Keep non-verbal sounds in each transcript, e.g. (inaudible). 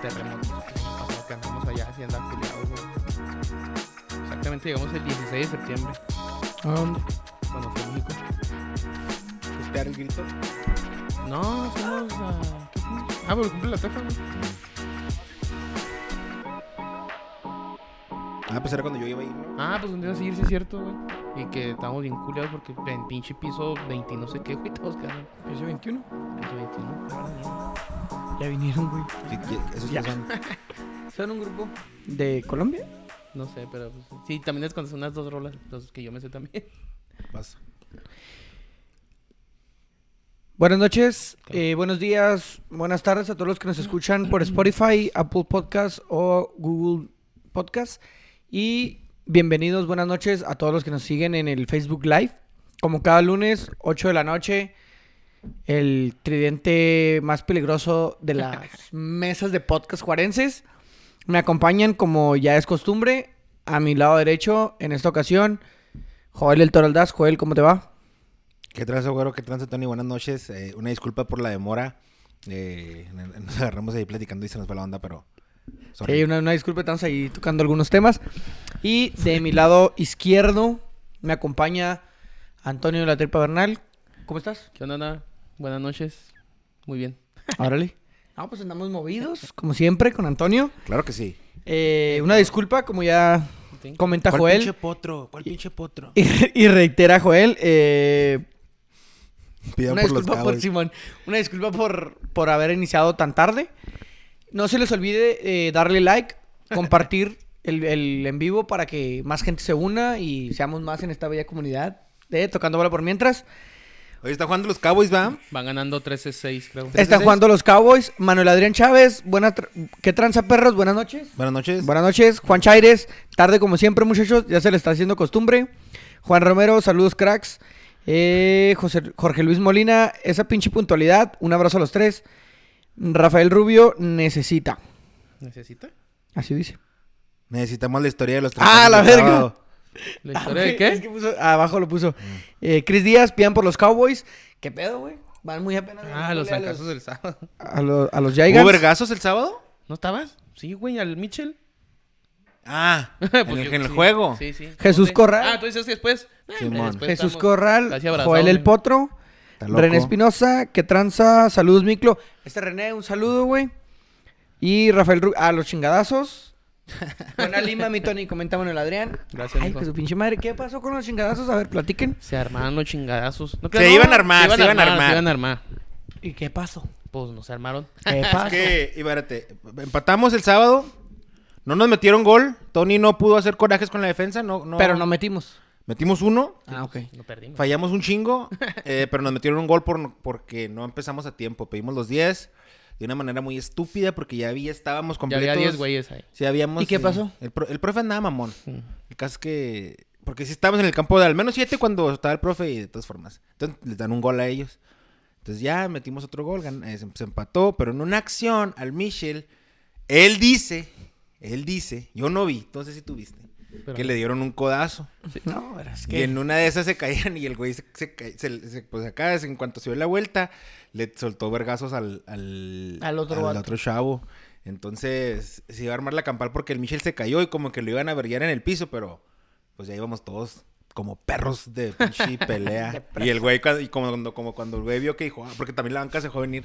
terremoto. Como que andamos allá haciendo afiliados, güey. Exactamente, llegamos el 16 de septiembre, ¿A dónde? cuando fue México. ¿Fuiste a dar el grito? No, fuimos a. ¿qué fuimos? Ah, pero cumple la taza, güey. Ah, pues era cuando yo iba a ir, ¿no? Ah, pues un día sí, sí es cierto, güey. Y que estábamos bien culiados porque en pinche piso 20 no sé qué, güey, todos quedaron. ¿Ese 21? Piso 21. Ya vinieron, güey. Sí, que- esos Ya. que son- ¿Son un grupo? ¿De Colombia? No sé, pero pues, sí, también les conté unas dos rolas, los que yo me sé también. (laughs) vas. Buenas noches, Claro. eh, buenos días, buenas tardes a todos los que nos escuchan por Spotify, Apple Podcast o Google Podcast. Y bienvenidos, buenas noches a todos los que nos siguen en el Facebook Live. Como cada lunes, 8 de la noche, el tridente más peligroso de las mesas de podcast juarenses. Me acompañan, como ya es costumbre, a mi lado derecho, en esta ocasión, Joel El Toro Aldaz. Joel, ¿cómo te va? ¿Qué tranza, güero? ¿Qué tranza, Tony? Buenas noches. Eh, una disculpa por la demora. Eh, (laughs) nos agarramos ahí platicando y se nos fue la onda, pero... sorry. Sí, una, una disculpa, estamos ahí tocando algunos temas. Y de mi lado izquierdo me acompaña Antonio de la Tripa Bernal. ¿Cómo estás? ¿Qué onda, nada? Buenas noches. Muy bien. Árale. No, pues andamos movidos, como siempre, con Antonio. Claro que sí. Eh, una disculpa, como ya Sí. comenta ¿Cuál Joel. pinche potro? ¿Cuál pinche potro? Y, y reitera Joel. eh, (laughs) una disculpa por Cowboys. Simón. Una disculpa por, por haber iniciado tan tarde. No se les olvide eh, darle like, (laughs) compartir el, el en vivo para que más gente se una y seamos más en esta bella comunidad de Tocando Bola por Mientras. Hoy está jugando los Cowboys, ¿va? Van ganando 13-6, creo. Tres de Están seis. jugando los Cowboys. Manuel Adrián Chávez, buena tr- ¿qué tranza perros? Buenas noches. Buenas noches. Buenas noches, Juan Chaires. Tarde como siempre, muchachos. Ya se le está haciendo costumbre. Juan Romero, saludos, cracks. Eh, José- Jorge Luis Molina, esa pinche puntualidad. Un abrazo a los tres. Rafael Rubio necesita. ¿Necesita? Así dice. Necesitamos la historia de los Ah, la del verga. sábado. ¿La historia de Ah, (laughs) Es que qué? puso- abajo lo puso. Eh, Chris Díaz, pidan por los Cowboys. ¿Qué pedo, güey? Van muy apenas. Ah, los a los, fracasos del sábado. a los, a los ¿Hubo Jaegers. vergazos el sábado? ¿No estabas? Sí, güey, al Mitchell. (laughs) (laughs) Ah, Pues en, el, yo- en el sí. juego. Sí, sí. Jesús ¿Dónde? Corral. Ah, tú dices que después. Eh, Simón. después Jesús estamos Corral, casi abrazados, eh. Joel el güey. Potro. Está loco. René Espinosa, que tranza, saludos Miclo. Este René, un saludo, güey. Y Rafael Ru a los chingadazos. Buena lima, mi Tony, comenta Manuel Adrián. Gracias, Ay, mijo. que su pinche madre, ¿qué pasó con los chingadazos? A ver, platiquen. Se armaron los chingadazos. No, Se creo- iban a armar, se iban a armar. Se iban a armar. ¿Y qué pasó? Pues no se (laughs) armaron. ¿Qué pasó? que, y espérate, empatamos el sábado. No nos metieron gol. Tony no pudo hacer corajes con la defensa. No, no. Pero no metimos. Metimos uno. Ah, ok. No perdimos. Fallamos un chingo. eh, pero nos metieron un gol por, porque no empezamos a tiempo. Pedimos los 10 de una manera muy estúpida porque ya había, estábamos Ya completos. había 10 güeyes ahí. Sí, habíamos. ¿Y qué eh, pasó? el, pro- el profe andaba mamón. El caso es que. Porque sí estábamos en el campo de al menos siete cuando estaba el profe y de todas formas. Entonces les dan un gol a ellos. Entonces ya metimos otro gol, gan- eh, se, se empató, pero en una acción al Michel, él dice, él dice, yo no vi, entonces sí tuviste, Pero- pues que le dieron un codazo. No, pero es Y que. en una de esas se caían y el güey se, se ca- se- se- pues acá, en cuanto se dio la vuelta, le soltó vergazos al, al, Al otro vato. chavo. Entonces se iba a armar la campal porque el Michel se cayó y como que lo iban a verguiar en el piso, pero pues ya íbamos todos como perros de pinche pelea. y el güey, cua- y como, cuando- como cuando el güey vio que dijo, "Ah", porque también la banca se dejó venir.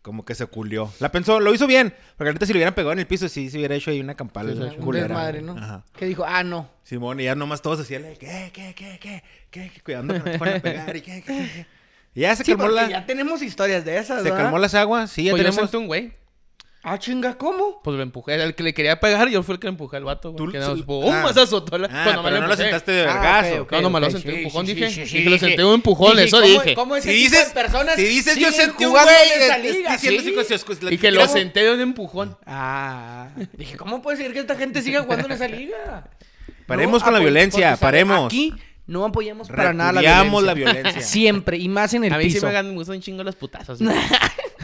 Como que se culió. La pensó, lo hizo bien. Porque ahorita si lo hubieran pegado en el piso, sí se hubiera hecho ahí una campal Sí, se ha hecho un culera. madre, ¿no? Ajá. Que dijo, ah, no. Simón, y ya nomás todos hacían, eh, ¿qué, qué, qué, qué, qué, qué, cuidando que no te fueran a pegar, y qué, qué, qué, qué. Y ya se Sí, calmó porque la, ya tenemos historias de esas. se ¿verdad? calmó las aguas, sí, ya Pues yo tenemos. senté un güey. Ah, chinga, ¿cómo? Pues lo empujé. Era El que le quería pegar, yo fui el que le empujé al vato. Tú- Güey, que nada más, tú- ¡pum! ah. se azotó la- Ah, pues nomás pero le no lo empujé. sentaste de Ah, vergazo. ok, ok. No, nomás lo sí, senté un sí, empujón, sí, dije. sí, sí, Dije, lo sí. senté un empujón, Dije, eso ¿cómo- dije. cómo ese Si tipo dices, de personas si dices yo siguen sentí un jugando güey, en esa eh, eh, liga? diciendo Sí. cinco- cinco- cinco- Y que lo tiramos- senté de un empujón. Ah, dije, ¿cómo puede ser que esta gente siga jugando en esa liga? Paremos con la apoy- violencia, porque, ¿sabe? paremos. Aquí no apoyamos para nada la Repudiamos violencia. la violencia. Siempre, y más en el A mí piso. sí me, gan- me gustan un chingo los putazos. güey.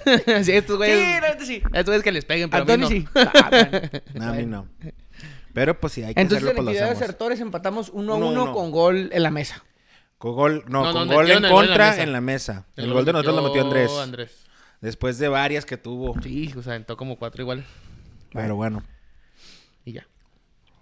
(laughs) sí, estos güeyes. Sí, la neta sí. Estos güeyes que les peguen, pero A a mí no. Tony sí. Ah, bueno. No, a mí no. Pero pues sí, hay que (laughs) Entonces, en hacerlo, la pues lo actividad de hacemos. acertores empatamos uno a Uno a uno, uno. con gol en la mesa. Con gol, no, No, no, con nos gol metieron en el gol en la contra mesa. en la mesa. El, Luego gol de lo nosotros lo metió Andrés. Andrés. Después de varias que tuvo. Sí, o sea, aventó como cuatro igual. Pero bueno. Y ya.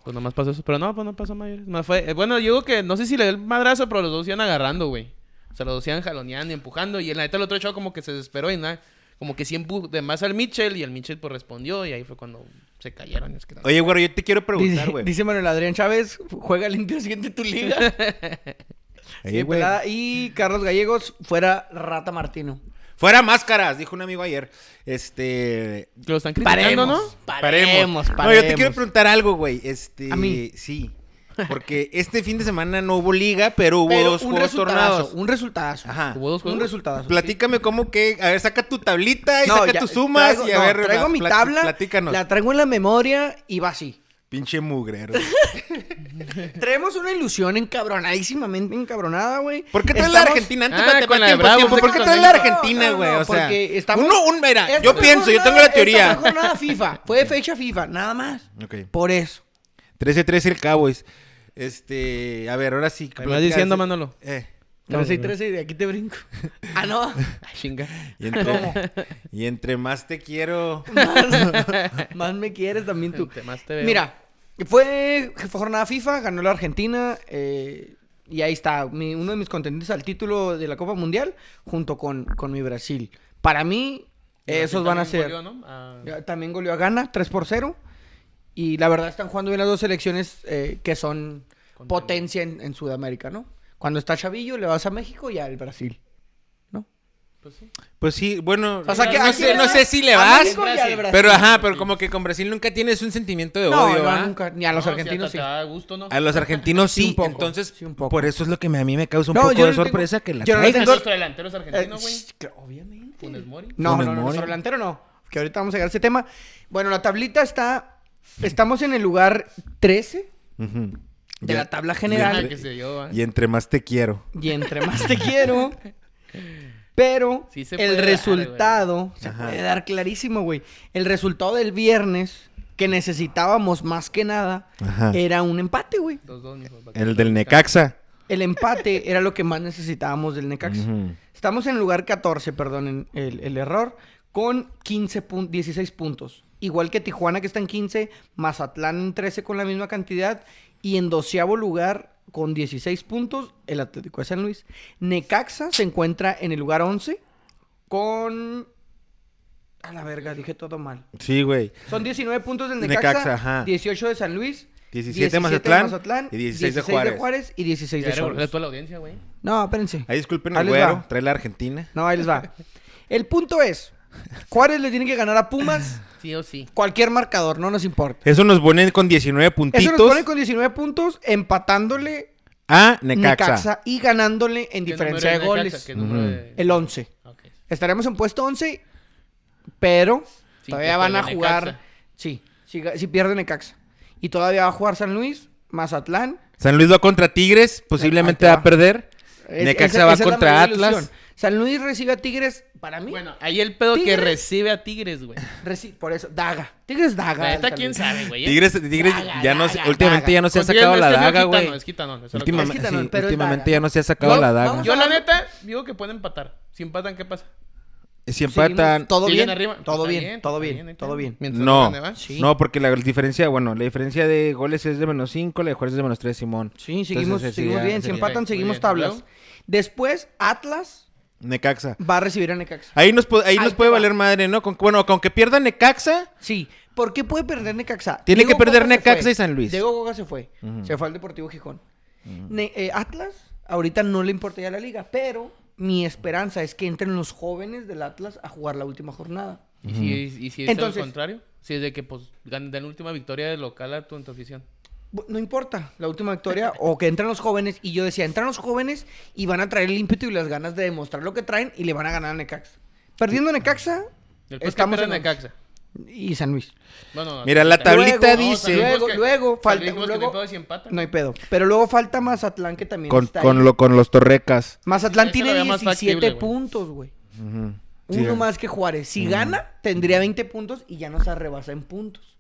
Pues nomás pasó eso. Pero no, pues no pasó mayores. Más fue... eh, bueno, yo digo que no sé si le dio el madrazo, pero los dos iban agarrando, güey. O sea, los dos iban jaloneando y empujando. Y en la neta el otro chavo como que se desesperó y nada. Como que sí empujó de más al Mitchell y el Mitchell pues respondió y ahí fue cuando se cayeron. y Es que no- Oye, güero, yo te quiero preguntar, Dice, güey. dice Manuel Adrián Chávez, juega limpio siguiente tu liga. Ey, Sí, güey. pelada. Y Carlos Gallegos fuera Rata Martino. Fuera máscaras, dijo un amigo ayer. Este. Que lo están criticando, ¿no? Paremos, No, yo te paremos. quiero preguntar algo, güey. Este. ¿A mí? Sí. Porque este fin de semana no hubo liga, pero hubo Pero dos un juegos resultado, tornados. un resultado. Ajá. Hubo dos Un juegos. resultado. Platícame cómo que. A ver, saca tu tablita y saca tus sumas y a ver. Traigo la- mi plati- tabla, Platícanos. la traigo en la memoria y va así. Pinche mugrero. Traemos una ilusión encabronadísimamente encabronada, güey. ¿Por qué traes la Estamos- Argentina? Antes Ah, espérate, con la de tiempo, Bravo, tiempo. pensé ¿Por que qué con traes la la Inter. Argentina, No, no, güey? no, o sea, porque estamos- uno, un, mira, Esta yo fue pienso, yo tengo jornada- la teoría. Esta fue jornada FIFA. Fue fecha FIFA, nada más. Ok. Por eso. 13-13 el Cowboys. Este, a ver, ahora sí. Me vas platicas- diciendo, Manolo. Eh, No, 13 y no. 13 y de aquí te brinco. Ah, no. Ay, chinga. y, (laughs) entre, y entre más te quiero. Más, más me quieres también tú. Entre más te veo. Mira, fue, fue jornada FIFA, ganó la Argentina. eh, y ahí está, mi- uno de mis contendientes al título de la Copa Mundial, junto con, con mi Brasil. Para mí, esos van a También ser. goleó, ¿no? Ah, Ya, También goleó a Ghana, 3 por 0. Y la verdad están jugando bien las dos selecciones eh, que son Contendientes. potencia en, en Sudamérica, ¿no? Cuando está Chavillo, le vas a México y al Brasil. ¿no? pues sí. Pues sí, bueno, O sea, que no, aquí sé, le no vas sé si le a vas. México y al Brasil. Pero ajá, pero como que con Brasil nunca tienes un sentimiento de no, odio, no, ¿ah? nunca, ni a los No, argentinos sí. sí. hasta te da gusto, ¿no? A los argentinos sí, Sí, un poco, entonces sí, un poco. por eso es lo que me- a mí me causa un No, yo poco no de tengo- sorpresa que la yo no traigas. tengo- Nuestro delantero es argentino, Eh, güey. sh- que obviamente. Funes Mori. No, no, Funes no, Mori. nuestro delantero no. Que ahorita vamos a llegar a ese tema. Bueno, la tablita está. Estamos en el lugar 13 Ujú. de Ya- la tabla Ah, general. que se dio, ah. Y entre más te quiero. Y entre más te quiero. Pero Sí se puede el dar, resultado se Ajá. puede dar clarísimo, güey. El resultado del viernes que necesitábamos más que nada Ajá. era un empate, güey. Los dos, mijo, para que El te del platican. Necaxa. El empate era lo que más necesitábamos del Necaxa. Ujú. Estamos en el lugar 14, perdonen el, el error, con 15 pun- 16 puntos. Igual que Tijuana, que está en 15, Mazatlán en 13 con la misma cantidad, y en doceavo lugar, con 16 puntos, el Atlético de San Luis. Necaxa se encuentra en el lugar 11 con... A la verga, dije todo mal. Sí, güey. Son 19 puntos del Necaxa, Necaxa, ajá. 18 de San Luis, 17 de Mazatlán y 16, de, Juárez. y 16 Ya de le volvés a Cholos. toda la audiencia, güey. No, espérense. Ahí disculpen Ahí el les güero, va. trae la Argentina. No, ahí les va. El punto es, Juárez le tiene que ganar a Pumas Sí o sí. cualquier marcador, no nos importa. Eso nos ponen con 19 puntitos Eso nos pone con 19 puntos, empatándole a Necaxa, Ah, Necaxa. y ganándole en ¿Qué diferencia de número es goles. Necaxa? ¿Qué número Ujú. de- El 11. Ok. Estaremos en puesto 11, pero Sí, todavía que van a juegue jugar. Necaxa. Sí, si, ga- si pierde Necaxa. Y todavía va a jugar San Luis, Mazatlán. San Luis va contra Tigres, posiblemente Ahí va te va. a perder. Es- Necaxa esa- va esa es la contra mayor Atlas. ilusión. San Luis recibe a Tigres, para mí. Bueno, ahí el pedo que ¿Tigres? recibe a Tigres, güey. reci- por eso, Daga. Tigres Daga. La neta, San quién Luis. sabe, güey. ¿eh? Tigres, Tigres Daga, ya no daga, se- últimamente daga. ya no se ha Con Tigres sacado no la es que sea daga, Quitano, güey. Es quitanón. eso es lo que- Últimamente, Es Quitano, sí, pero es últimamente daga. ya no se ha sacado No, la daga. vamos Yo, la neta, digo que pueden empatar. Si empatan, ¿qué pasa? Si Seguimos- empatan, todo Siguen bien, arriba. todo Está bien, bien, todo está bien, bien, ahí todo está. bien. Mientras no, gane, ¿va? Sí. no, porque la diferencia, bueno, la diferencia de goles es de menos 5, la de Juárez es de menos 3, Simón. Sí, Entonces, seguimos, ese seguimos ya- bien. ese Si ya. empatan, Muy seguimos bien, tablas. luego. Después, Atlas Necaxa. va a recibir a Necaxa. Ahí nos, po- ahí Ahí nos te puede va. valer madre, ¿no? Con, bueno, con que pierda Necaxa, Sí. ¿Por qué puede perder Necaxa? Tiene que perder Coca se Necaxa fue. y San Luis. Diego Goga se fue. Ujú. Se fue al Deportivo Gijón. Ne- eh, Atlas, ahorita no le importa ya la liga, pero mi esperanza es que entren los jóvenes del Atlas a jugar la última jornada. ¿Y si, y si es Entonces- al contrario? Si es de que, pues, ganen den la última victoria de local a tu, en tu afición. Bu- No importa la última victoria o que entran los jóvenes. Y yo decía, entran los jóvenes y van a traer el ímpetu y las ganas de demostrar lo que traen y le van a ganar a Necaxa. Perdiendo Necaxa, El pedo es que estamos pierdan en once. Necaxa. Y San Luis. Bueno, Mira, la Necaxa. tablita No, dice- San Luis Luego, que- luego, San falta- Luis que luego- no hay pedo si empatan. No hay pedo. Pero luego falta Mazatlán que también con, está con ahí. lo, con los Torrecas. Mazatlán Ese tiene lo veo más 17 factible, güey. puntos, güey. Ujú. Sí, Uno eh. más que Juárez. Si gana, tendría 20 puntos y ya nos arrebasa en puntos.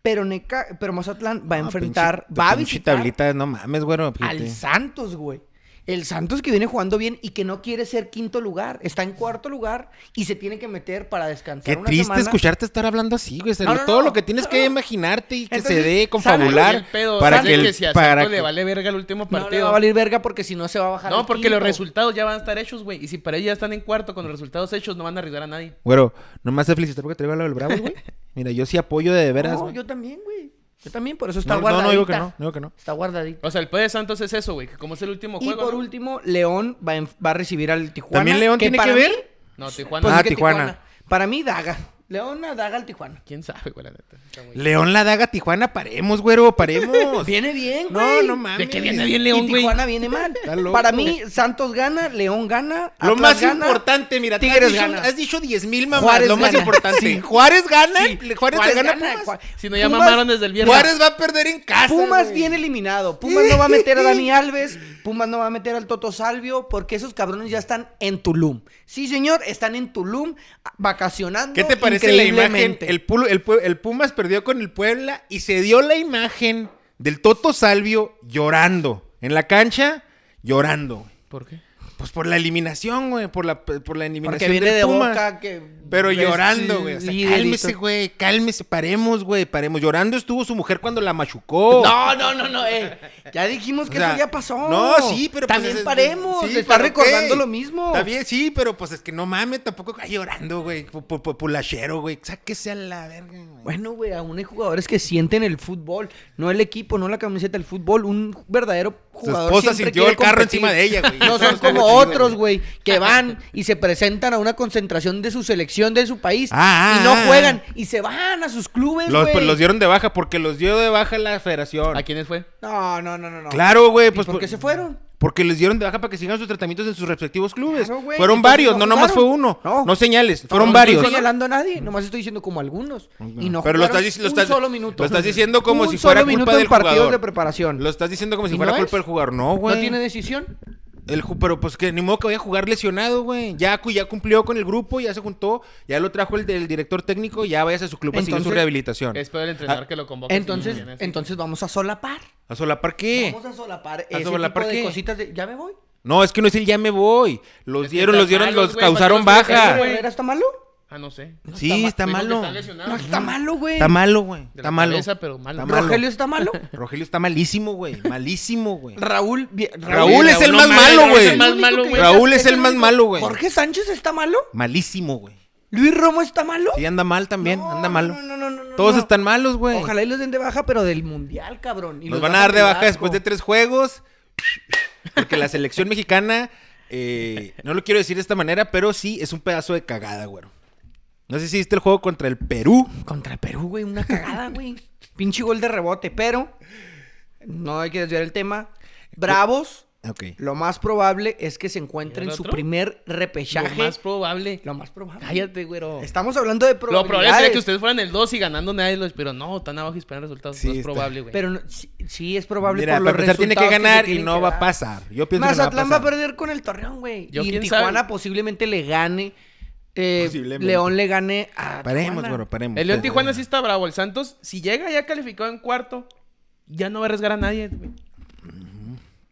Pero, Neca... Pero Mazatlán va a Ah, enfrentar, pinche- va a pinche visitar tablita, no mames, güero. al fíjate. Santos, güey. El Santos que viene jugando bien y que no quiere ser quinto lugar. Está en cuarto lugar y se tiene que meter para descansar Qué una triste semana. escucharte estar hablando así, güey. O sea, No, no, todo no. lo que tienes que No. imaginarte y que Entonces, se dé, Fabular. confabular. pedo, para ¿sabes que, el- que si a para Santos que- le vale verga el último No le partido. va a valer verga porque si no se va a bajar No, el porque los quinto. resultados ya van a estar hechos, güey. Y si para ellos ya están en cuarto con los resultados hechos, no van a arriesgar a nadie. Güero, no me hace felicitar porque te digo lo del Bravo, (laughs) güey. Mira, yo sí apoyo de veras. No, güey. yo también, güey. Yo también, por eso está no, no, guardadita. no digo que no, no digo que no. Está guardadita. O sea, el pedo de Santos es eso, güey. Que como es el último Y juego. por ¿no? último, León va, en- va a recibir al Tijuana. ¿También León tiene para que ver? mí- No, pues Tijuana. Ah, es que Tijuana. Tijuana. Para mí, Daga. León a Daga al Tijuana. ¿Quién sabe, güey? la neta? Está muy- León la daga Tijuana, paremos, güero, paremos. (laughs) Viene bien, No, güey. no mames. De que viene bien Y León, güey. Tijuana viene mal. Está loco. Para mí, Santos gana, León gana. Lo Atlas más gana. importante, mira, tú Tigres has dicho, gana. has dicho 10 mil mamás, Juárez lo más gana. importante. Sí. Juárez gana, Sí, Juárez, le gana, a Pumas. Juárez- Si no ya Pumas- mamaron desde el viernes. Juárez va a perder en casa. Pumas güey. bien eliminado. Pumas no va a (laughs) meter a Dani Alves. Pumas no va a meter al Toto Salvio. Porque esos cabrones ya están en Tulum. Sí, señor, están en Tulum a- vacacionando. ¿Qué te parece la imagen? increíblemente. El, Pul- el Pue- el Pumas perdió con el Puebla y se dio la imagen del Toto Salvio llorando. En la cancha, llorando. güey. ¿Por qué? Pues por la eliminación, güey. Por la, por la eliminación Porque viene del de Pumas. boca que. Pero es llorando, güey. O sea, líder y cálmese, todo. güey. Cálmese. Paremos, güey. Paremos. Llorando estuvo su mujer cuando la machucó. No, no, no, no, eh. Ya dijimos que O sea, eso ya pasó. No, sí, pero pues, También es- paremos. sí, le está pero, recordando ok. lo mismo. Está bien, sí, pero pues es que no mames, tampoco hay llorando, güey. pu- pu- pu- Pulachero, güey. Sáquese a la verga, güey. Bueno, güey, aún hay jugadores que sienten el fútbol, no el equipo, no la camiseta, el fútbol. Un verdadero Su jugador. esposa siempre sintió el quiere carro competir. encima de ella, güey. No Eso son está como chido, otros, güey. güey, que van y se presentan a una concentración de su selección de su país Ah, y ah, no ah. juegan y se van a sus clubes, Los, pues, güey. los dieron de baja porque los dio de baja la federación. ¿A quiénes fue? No, no, no, no, no. Claro, güey. ¿Y Pues, por qué se fueron? Porque les dieron de baja para que sigan sus tratamientos en sus respectivos clubes. Claro, güey, fueron entonces varios, no no nomás fue jugaron. uno. No. No, señales, fueron No varios. estoy señalando a nadie, nomás estoy diciendo como algunos. Y no Pero lo jugaron estás, dic- lo un estás- solo minuto. lo estás diciendo como Un si fuera solo minuto culpa en del partidos jugador. de preparación. Lo estás diciendo como si ¿Y fuera no culpa es? del jugador. No, güey. ¿No tiene decisión? El ju- pero pues que ni modo que vaya a jugar lesionado, güey. Ya, cu- ya cumplió con el grupo, ya se juntó, ya lo trajo el del director técnico, ya vayas a su club a seguir su Entonces, rehabilitación. Es pedo el entrenador que lo convoca. Entonces, si no viene así. entonces vamos a solapar. ¿A solapar qué? Vamos a solapar ese solapar tipo de qué? cositas de... ¿Ya me voy? No, es que no es el ya me voy. Los Es que dieron, está los dieron, malo, los güey, causaron ¿para qué los baja. dieron? ¿Era está malo? Ah, no sé. Sí, está Dijo que malo. Está lesionado. No, está malo, güey. Está malo, güey. De Está la malo. cabeza, pero malo. Está malo. ¿Rogelio (laughs) está malo? Rogelio está malísimo, (laughs) güey. Malísimo, güey. Raúl... bien- Raúl es el no más mames, malo, Raúl es güey. el más malo, único que- güey. Raúl es el único- más malo, güey. ¿Jorge Sánchez está malo? Malísimo, güey. ¿Luis Romo está malo? Sí, anda mal también, No, anda malo. No, no, no, no, no, Todos no. están malos, güey. Ojalá y los den de baja, pero del mundial, cabrón. Y Nos los van a dar de tirar baja asco. después de tres juegos. Porque la selección mexicana, eh, no lo quiero decir de esta manera, pero sí es un pedazo de cagada, güero. No sé si viste el juego contra el Perú. Contra Perú, güey, una cagada, güey. (laughs) Pinche gol de rebote, pero no hay que desviar el tema. Bravos, Ok. lo más probable es que se encuentren ¿Y el su otro? primer Lo repechaje. más probable. Lo más probable. Cállate, güero. Estamos hablando de Lo probable probabilidades. sería que ustedes fueran el 2 y ganando nadie los. Pero no, tan abajo y esperan resultados. Sí, no es está- probable, güey. Pero no- sí, sí es probable Mira, por los para empezar tiene que resultados se ganar y tienen no que va a dar. pasar. Yo pienso que Mazatlán no va va a a pasar. perder con el Torreón, güey. Yo, Y en quién Tijuana sabe. posiblemente le gane. eh, Posiblemente. León le gane a Paremos, Tijuana. güero, paremos. El León Tijuana sí está bravo. El Santos, si llega ya calificado en cuarto, ya no va a arriesgar a nadie, güey.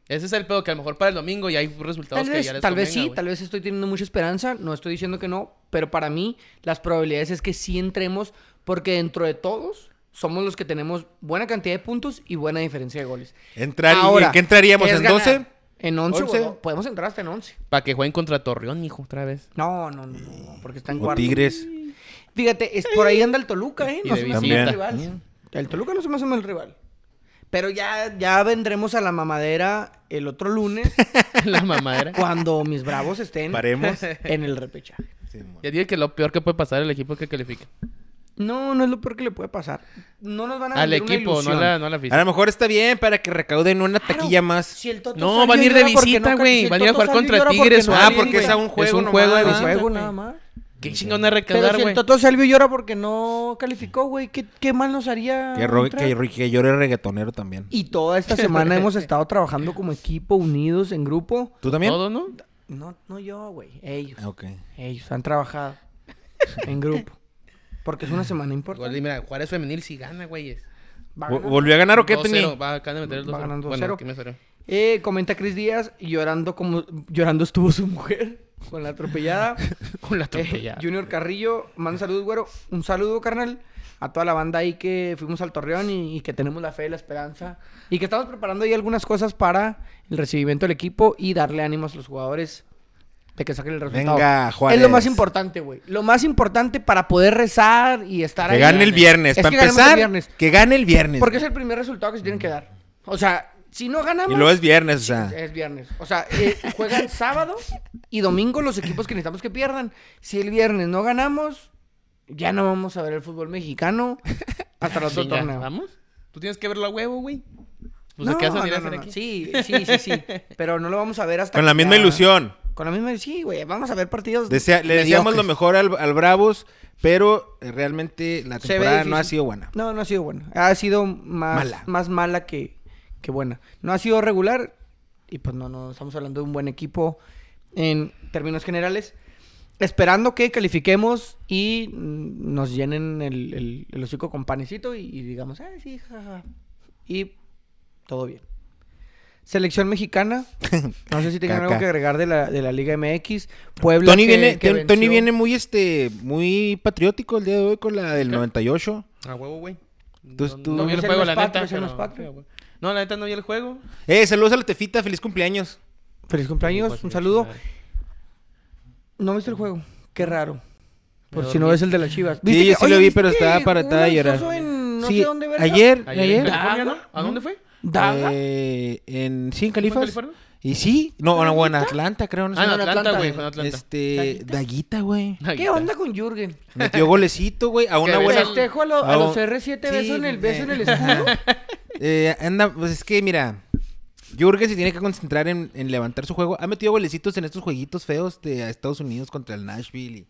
Ese es el pedo que a lo mejor para el domingo ya hay resultados Tal que vez, ya les tal vez sí, convenga, güey. tal vez estoy teniendo mucha esperanza, no estoy diciendo que no, pero para mí las probabilidades es que sí entremos porque dentro de todos somos los que tenemos buena cantidad de puntos y buena diferencia de goles. Entrar, ¿Y en qué entraríamos? es ¿En 12? ganar. En 11, 11. bueno, podemos entrar hasta en 11. Para que jueguen contra Torreón, hijo, otra vez. (laughs) No, no, no, no, porque está en O cuarto. (laughs) Tigres. Fíjate, es, por ahí anda el Toluca, ¿eh? Y No de se me hace mal visita. rival. El Toluca no se me hace mal rival. Pero ya, ya vendremos a la mamadera el (laughs) otro lunes La (laughs) mamadera. cuando mis bravos estén Paremos. en el repechaje. Sí, mon. Ya dije que lo peor que puede pasar el equipo es que califique. No, no es lo peor que le puede pasar. No nos van a Al vender una equipo, no a ilusión. la, no a la a afición. lo mejor está bien para que recauden una Claro, taquilla más. si el Toto No, Salvio van a ir de llora porque visita, no güey. calificó, Van a ir a Toto jugar Salvio contra llora porque Tigres o no Ah, alguien, califica. porque es a un juego Es un nomás. juego de Un visita, juego güey. nada más. Qué chingón a Pero recaudar, si el güey. Toto Salvio llora porque no calificó, güey, ¿qué, qué mal nos haría? Que, ro- entrar? que, ro- que llore reggaetonero también. Y toda esta semana hemos estado trabajando como equipo, unidos, en grupo. ¿Tú también? Todo, ¿no? No, no yo, güey. Ellos. Ah, ok. Ellos han trabajado en grupo. Porque es una semana Igual, y importante. mira, Juárez femenil si gana, güey. Va Vol- ganando. ¿Volvió a ganar o qué, Tony? 2-0, va, acaban de meter el Va 2-0. ganando Bueno, 2-0. ¿qué me salió? (laughs) Eh, comenta Cris Díaz, llorando como llorando estuvo su mujer con la atropellada. Con la Eh, atropellada. Junior Carrillo, manda saludos, güero. Un saludo, carnal, a toda la banda ahí que fuimos al Torreón y, y que tenemos la fe y la esperanza. Y que estamos preparando ahí algunas cosas para el recibimiento del equipo y darle ánimos a los jugadores de que saquen el resultado. Venga, Juárez. Es lo más importante, güey. Lo más importante para poder rezar y estar Que ahí. gane el viernes. Es Para que ganemos el empezar, viernes. que gane el viernes. Porque es el primer resultado que se tienen que dar. O sea, si no ganamos. Y luego es viernes, o sea. Es viernes. O sea, eh, juegan sábado y domingo los equipos que necesitamos que pierdan. Si el viernes no ganamos, ya no vamos a ver el fútbol mexicano hasta el otro Chinga, torneo. ¿Vamos? Tú tienes que ver la huevo, güey. Pues No, ¿qué vas a no, venir a no, hacer no. aquí? Sí, sí, (laughs) sí, sí. Pero no lo vamos a ver hasta. Con la que misma ya- ilusión. Con la misma. Sí, güey. Vamos a ver partidos. Desea- le deseamos mediocres. lo mejor al, al Bravos, pero eh, realmente la Se ve temporada no ha difícil. sido buena. No, no ha sido buena. Ha sido más Mala. mala, más mala que, que buena. No ha sido regular. Y pues no, no estamos hablando de un buen equipo en términos generales. Esperando que califiquemos y mm, nos llenen el, el, el hocico con panecito y, y digamos, ah, sí, jaja. Y todo bien. (laughs) Selección mexicana. No sé si tengan algo Caca. que agregar de la, de la Liga MX. Puebla. Tony, que- viene, que Tony- Tony venció. viene muy este muy patriótico el día de hoy con la del 98. A huevo, güey. Tú- no, tú- no vi el Dicen juego, los la patrios, neta. dicen los pero- patrios. No, la neta no vi el juego. Eh, saludos a la Tefita, feliz cumpleaños. Feliz pues, cumpleaños. Un saludo. No viste el juego. Qué raro. Por Me si no dormí. ves el de las chivas. Sí, yo sí lo vi, pero estaba para- estaba llorar. Sí, ayer, Ayer, en California, ¿no? ¿A dónde fue? Eh, en sí, en ¿Fue en Califas. California? Y sí, no, no, en Atlanta, creo, no sé. Ah, en en Atlanta, Atlanta, güey. Fue en Atlanta. Este, Daguita, güey. ¿Qué onda con Jürgen? Metió golecito, güey, (laughs) a una Que buena. besa Festejo a, lo- a a un- los R7 Ah, oh. Sí, beso en el beso en (laughs) el eh, escudo. Eh, anda, pues es que mira, Jürgen se tiene que concentrar en, en levantar su juego. Ha metido golecitos en estos jueguitos feos de a Estados Unidos contra el Nashville y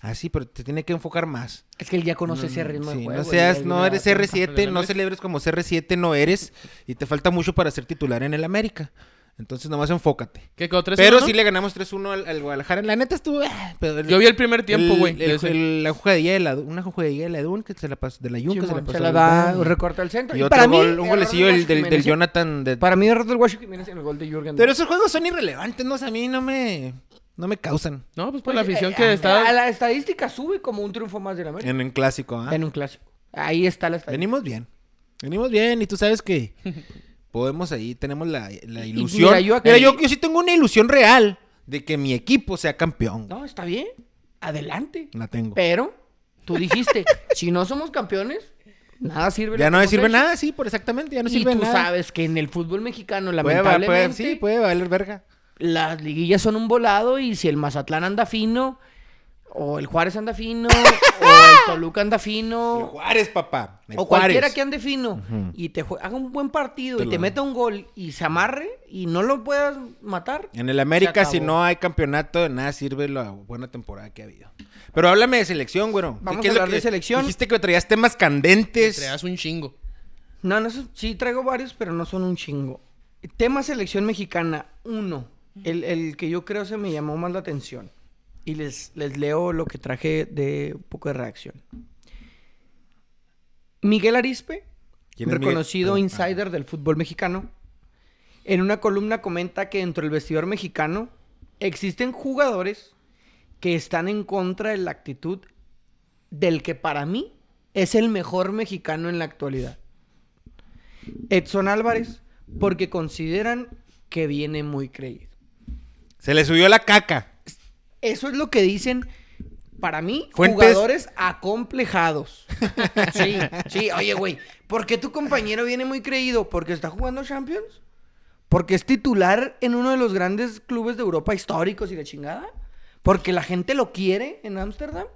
así, pero te tiene que enfocar más. Mm, Es que él ya conoce ese Sí, ritmo de juego. no seas, él no ya eres tiene- R7, no América. celebres como CR7, no eres, y te falta mucho para ser titular en el América. Entonces nomás enfócate. ¿Qué quedó? ¿Tres Pero uno? sí le ganamos 3-1 al, al Guadalajara. La neta estuvo. ah, pero el- Yo vi el primer tiempo, el- güey. el- de ese. el- La jugadilla de la, una jugadilla de la Dun que se la pasó, de la Jun que se la Simón, pasó. se la al da, Dun. recorta al centro. Y otro gol, un golecillo del, del, del Jonathan. de- Para mí, derrotó el Washington Jiménez en el gol de Jürgen. Pero esos juegos son irrelevantes, ¿no? O sea, a mí no me, no me causan No, pues por la afición Eh, que a- está. a la estadística sube como un triunfo más del América. en un clásico. ¿ah? En un clásico. Ahí está la estadística. Venimos bien. Venimos bien y tú sabes (laughs) que podemos ahí, tenemos la, la Y- y ilusión. mira, Mira, yo yo, acá- yo, sí tengo una ilusión real de que mi equipo sea campeón. No, está bien. Adelante. La tengo. Pero tú dijiste, (laughs) si no somos campeones, nada sirve. Ya lo no que me hemos sirve hecho. nada, sí, por exactamente, ya no sirve y tú nada. sabes que en el fútbol mexicano, Puede va- puede- lamentablemente, sí, puede valer verga. las liguillas son un volado y si el Mazatlán anda fino, o el Juárez (laughs) anda fino, o el Toluca anda El fino, Juárez, papá. el o cualquiera Juárez. que ande fino, y te jue- haga un buen partido Te y lo te da. meta un gol y se amarre y no lo puedas matar. En el América, Se si acabó. no hay campeonato, de nada sirve la buena temporada que ha habido. Pero háblame de selección, güero. Vamos ¿Qué a es lo hablar de que- selección. Dijiste que traías temas candentes. Te das un chingo. No, no, eso- sí traigo varios, pero no son un chingo. Tema selección mexicana, uno. El, el que yo creo se me llamó más la atención. Y les, les leo lo que traje de un poco de reacción. Miguel Arispe, ¿Quién es Miguel? reconocido Perdón, ah. insider del fútbol mexicano, en una columna comenta que dentro del vestidor mexicano existen jugadores que están en contra de la actitud del que para mí es el mejor mexicano en la actualidad. Edson Álvarez, porque consideran que viene muy creído. Se le subió la caca. Eso es lo que dicen, para mí, Fuentes. jugadores acomplejados. (laughs) sí, sí, oye, güey, ¿por qué tu compañero viene muy creído? ¿Porque está jugando Champions? ¿Porque es titular en uno de los grandes clubes de Europa históricos y la chingada? ¿Porque la gente lo quiere en Ámsterdam?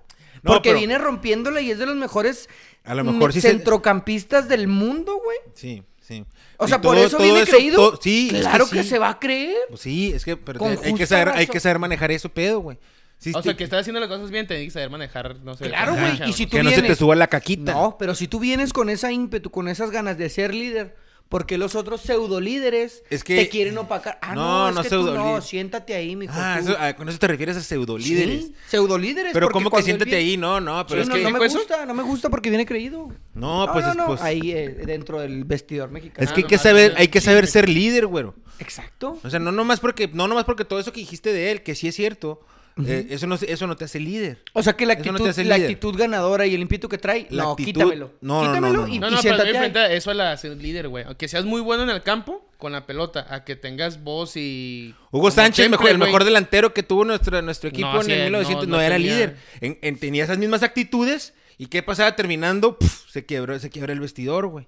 No, Porque pero- viene rompiéndola y es de los mejores A lo mejor mm, sí se- centrocampistas del mundo, güey. Sí, sí. O Y sea, por todo- eso todo viene creído. todo- sí, es claro que, sí. se va a creer. Pues sí, es que pero Con te- hay, que justa saber, hay razón. que saber manejar eso, pedo, güey. Sí, O sí, sea, que estás haciendo las cosas bien, tenés que saber manejar, no sé. Claro, la güey, cancha, y ¿no? si tú que no se te vienes- suba la caquita. No, pero si tú vienes con esa ímpetu, con esas ganas de ser líder, porque los otros pseudo líderes Es que- te quieren opacar. Ah, No, no, es no que tú pseudolíder. no, siéntate ahí, mijo. Ah, tú. eso- ah, con eso te refieres a Sí, pseudolíderes. Pseudolíderes. Pero porque como que cuando él siéntate viene- ahí, no, no, pero Sí, es no, que... no me ¿Pues eso? gusta, no me gusta porque viene creído. No, pues, no, no, pues- ahí eh, dentro del vestidor mexicano. Es que hay Ah, que nomás saber, tiene hay que saber ser líder, güero. Exacto. O sea, no nomás porque, no nomás porque todo eso que dijiste de él, que sí es cierto, eh, eso, no, se- eso no te hace líder. O sea que la Eso no actitud, te hace la líder. actitud ganadora y el ímpetu que trae, La no, actitud- quítamelo. No, no, no, quítamelo no, no. y, No, y no, pero siéntate. yo ahí. enfrenta eso a la ser líder, güey. Que seas muy bueno en el campo con la pelota, a que tengas voz y. Hugo Sánchez, mejor- el mejor de delantero que tuvo nuestro, nuestro equipo No, en sí, el no, 1900, no, no era tenía- líder. En- en- tenía esas mismas actitudes y ¿qué pasaba terminando? Pf, se quebró, se quebró el vestidor, güey.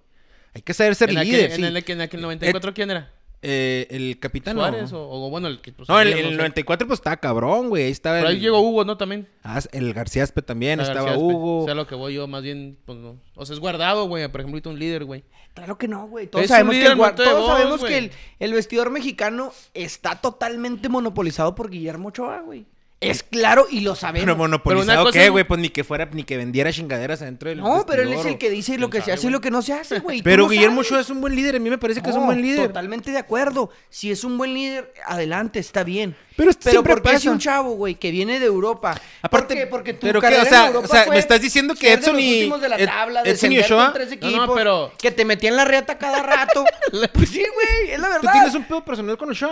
Hay que saber ser en líder, aquel, sí. en, el, en aquel 94, ¿quién era? Eh, el capitán. no. ¿Suárez o, o bueno, el que. pues, No, el, líder, el sé. 94 pues estaba cabrón, güey. Ahí estaba Pero ahí el, llegó Hugo, ¿no? También. Ah, el García Aspe también, Ah, estaba García Aspe. Hugo. O sea, lo que voy yo, más bien, pues no. O sea, es guardado, güey. Por ejemplo, ahorita un líder, güey. Claro que no, güey. Todos Es sabemos un que, el, líder gua- muerto de todos voz, sabemos güey. que el, el vestidor mexicano está totalmente monopolizado por Guillermo Ochoa, güey. Es claro y lo sabemos. Pero pero una monopolizado, cosa ¿qué, es- güey? Pues ni que fuera, ni que vendiera chingaderas adentro del no, pero él es vestidor, el que dice lo que se sabe, hace y güey? lo que no se (laughs) hace, güey. o- Tú Pero lo Guillermo sabes. Ochoa es un buen líder, a mí me parece que es un No, buen líder. Totalmente de acuerdo. Si es un buen líder, adelante, está bien. Pero esto pero siempre ¿por qué es pasa. un chavo, güey, que viene de Europa? Aparte, ¿Por qué? Porque tu pero qué, carrera o sea, en Europa o sea, fue me estás diciendo que ser de Edson los y- últimos de la Ed- tabla, Edson y descender con Ochoa- tres No, no, equipos, pero- que te metían la reata (laughs) cada rato. pues sí, güey, es la verdad. ¿Tú tienes un pedo personal con (laughs) Ochoa?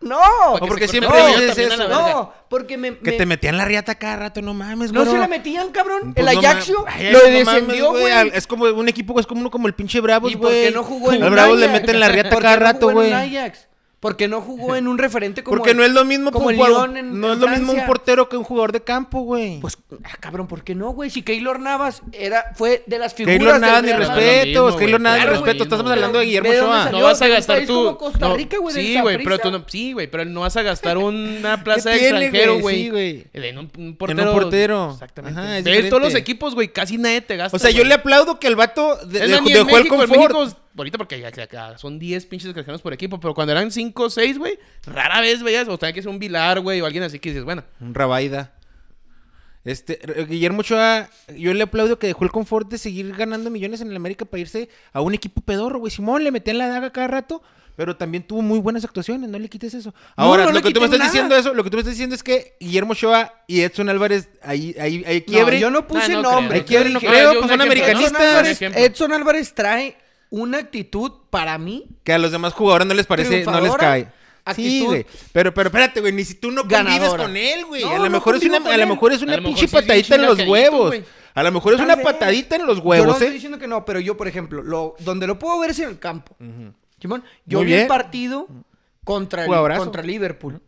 No. No, porque se siempre cortó dices también a la eso. verga. No, porque me, que me- te metían la riata cada rato, no mames, no güey. se la metían, cabrón. Pues el no ma- Ajaxio Ay, lo no mames, descendió, güey. al- Es como un equipo, güey, es como uno como el pinche Bravos, ¿Y güey. por qué no jugó en Al un Bravos le Ajax? meten la riata ¿Por qué cada no rato, jugó en güey. un Ajax? Porque no jugó en un referente como Porque el- no es lo mismo como que un el jugador- Lyon en- no en es lo mismo un Francia. portero que un jugador de campo, güey. Pues, ah, cabrón, ¿por qué no, güey? Si Keylor Navas era, fue de las figuras. Keylor nada del ni Real respeto, Madrid. respetos, güey, Keylor nada ni claro, güey, respetos. no, Estamos güey. hablando de Guillermo ¿De dónde Ochoa. salió? No vas a de un gastar país tú. como Costa no, Rica, güey, del Sí, güey, pero tú Saprissa. no. Sí, güey, pero no vas a gastar (laughs) una plaza ¿Qué de tiene, extranjero, güey? güey. Sí, güey. En un, un portero. portero. Exactamente. Ajá, es De todos los diferente. equipos, güey, casi nadie te gasta. O sea, yo güey. le aplaudo que el vato de- Es de- más, ni en dejó el México, en confort. México, ahorita porque ya, ya- ya son 10 pinches extranjeros por equipo, pero cuando eran 5 o 6, güey, rara vez veías, o tenía que ser un Vilar, güey, o alguien así que dices, bueno, Un Rabaida. Este, R- Guillermo Ochoa, yo le aplaudo que dejó el confort de seguir ganando millones en el América para irse a un equipo pedorro, güey. Simón le metían la daga cada rato, pero también tuvo muy buenas actuaciones, no le quites eso. Ahora, no lo le que tú me quité estás nada. diciendo eso, lo que tú me estás diciendo es que Guillermo Ochoa y Edson Álvarez ahí, ahí, ahí quiebre. No, yo no puse Ah, no creo, creo. no nombre. yo Ay, dije, quiebren, no creo, yo pues un son ejemplo, Edson americanistas. un Álvarez, ejemplo. Edson Álvarez trae una actitud para mí Que a los demás jugadores no les parece, no les Triunfadora, cae. Sí, actitud. güey. Pero, pero espérate, güey, ni si tú no convives Ganadora. con él, güey. No, a lo no mejor es convivo una, con a lo él. mejor es una A lo mejor pinche sí es bien patadita en los chingacaíto, huevos. güey. A lo mejor es Tal una vez. patadita en los Yo no huevos, estoy eh. diciendo que no, pero yo, por ejemplo, lo, donde lo puedo ver es en el campo. Simón, yo Muy vi el bien. partido contra, el, Jugadorazo. contra Liverpool.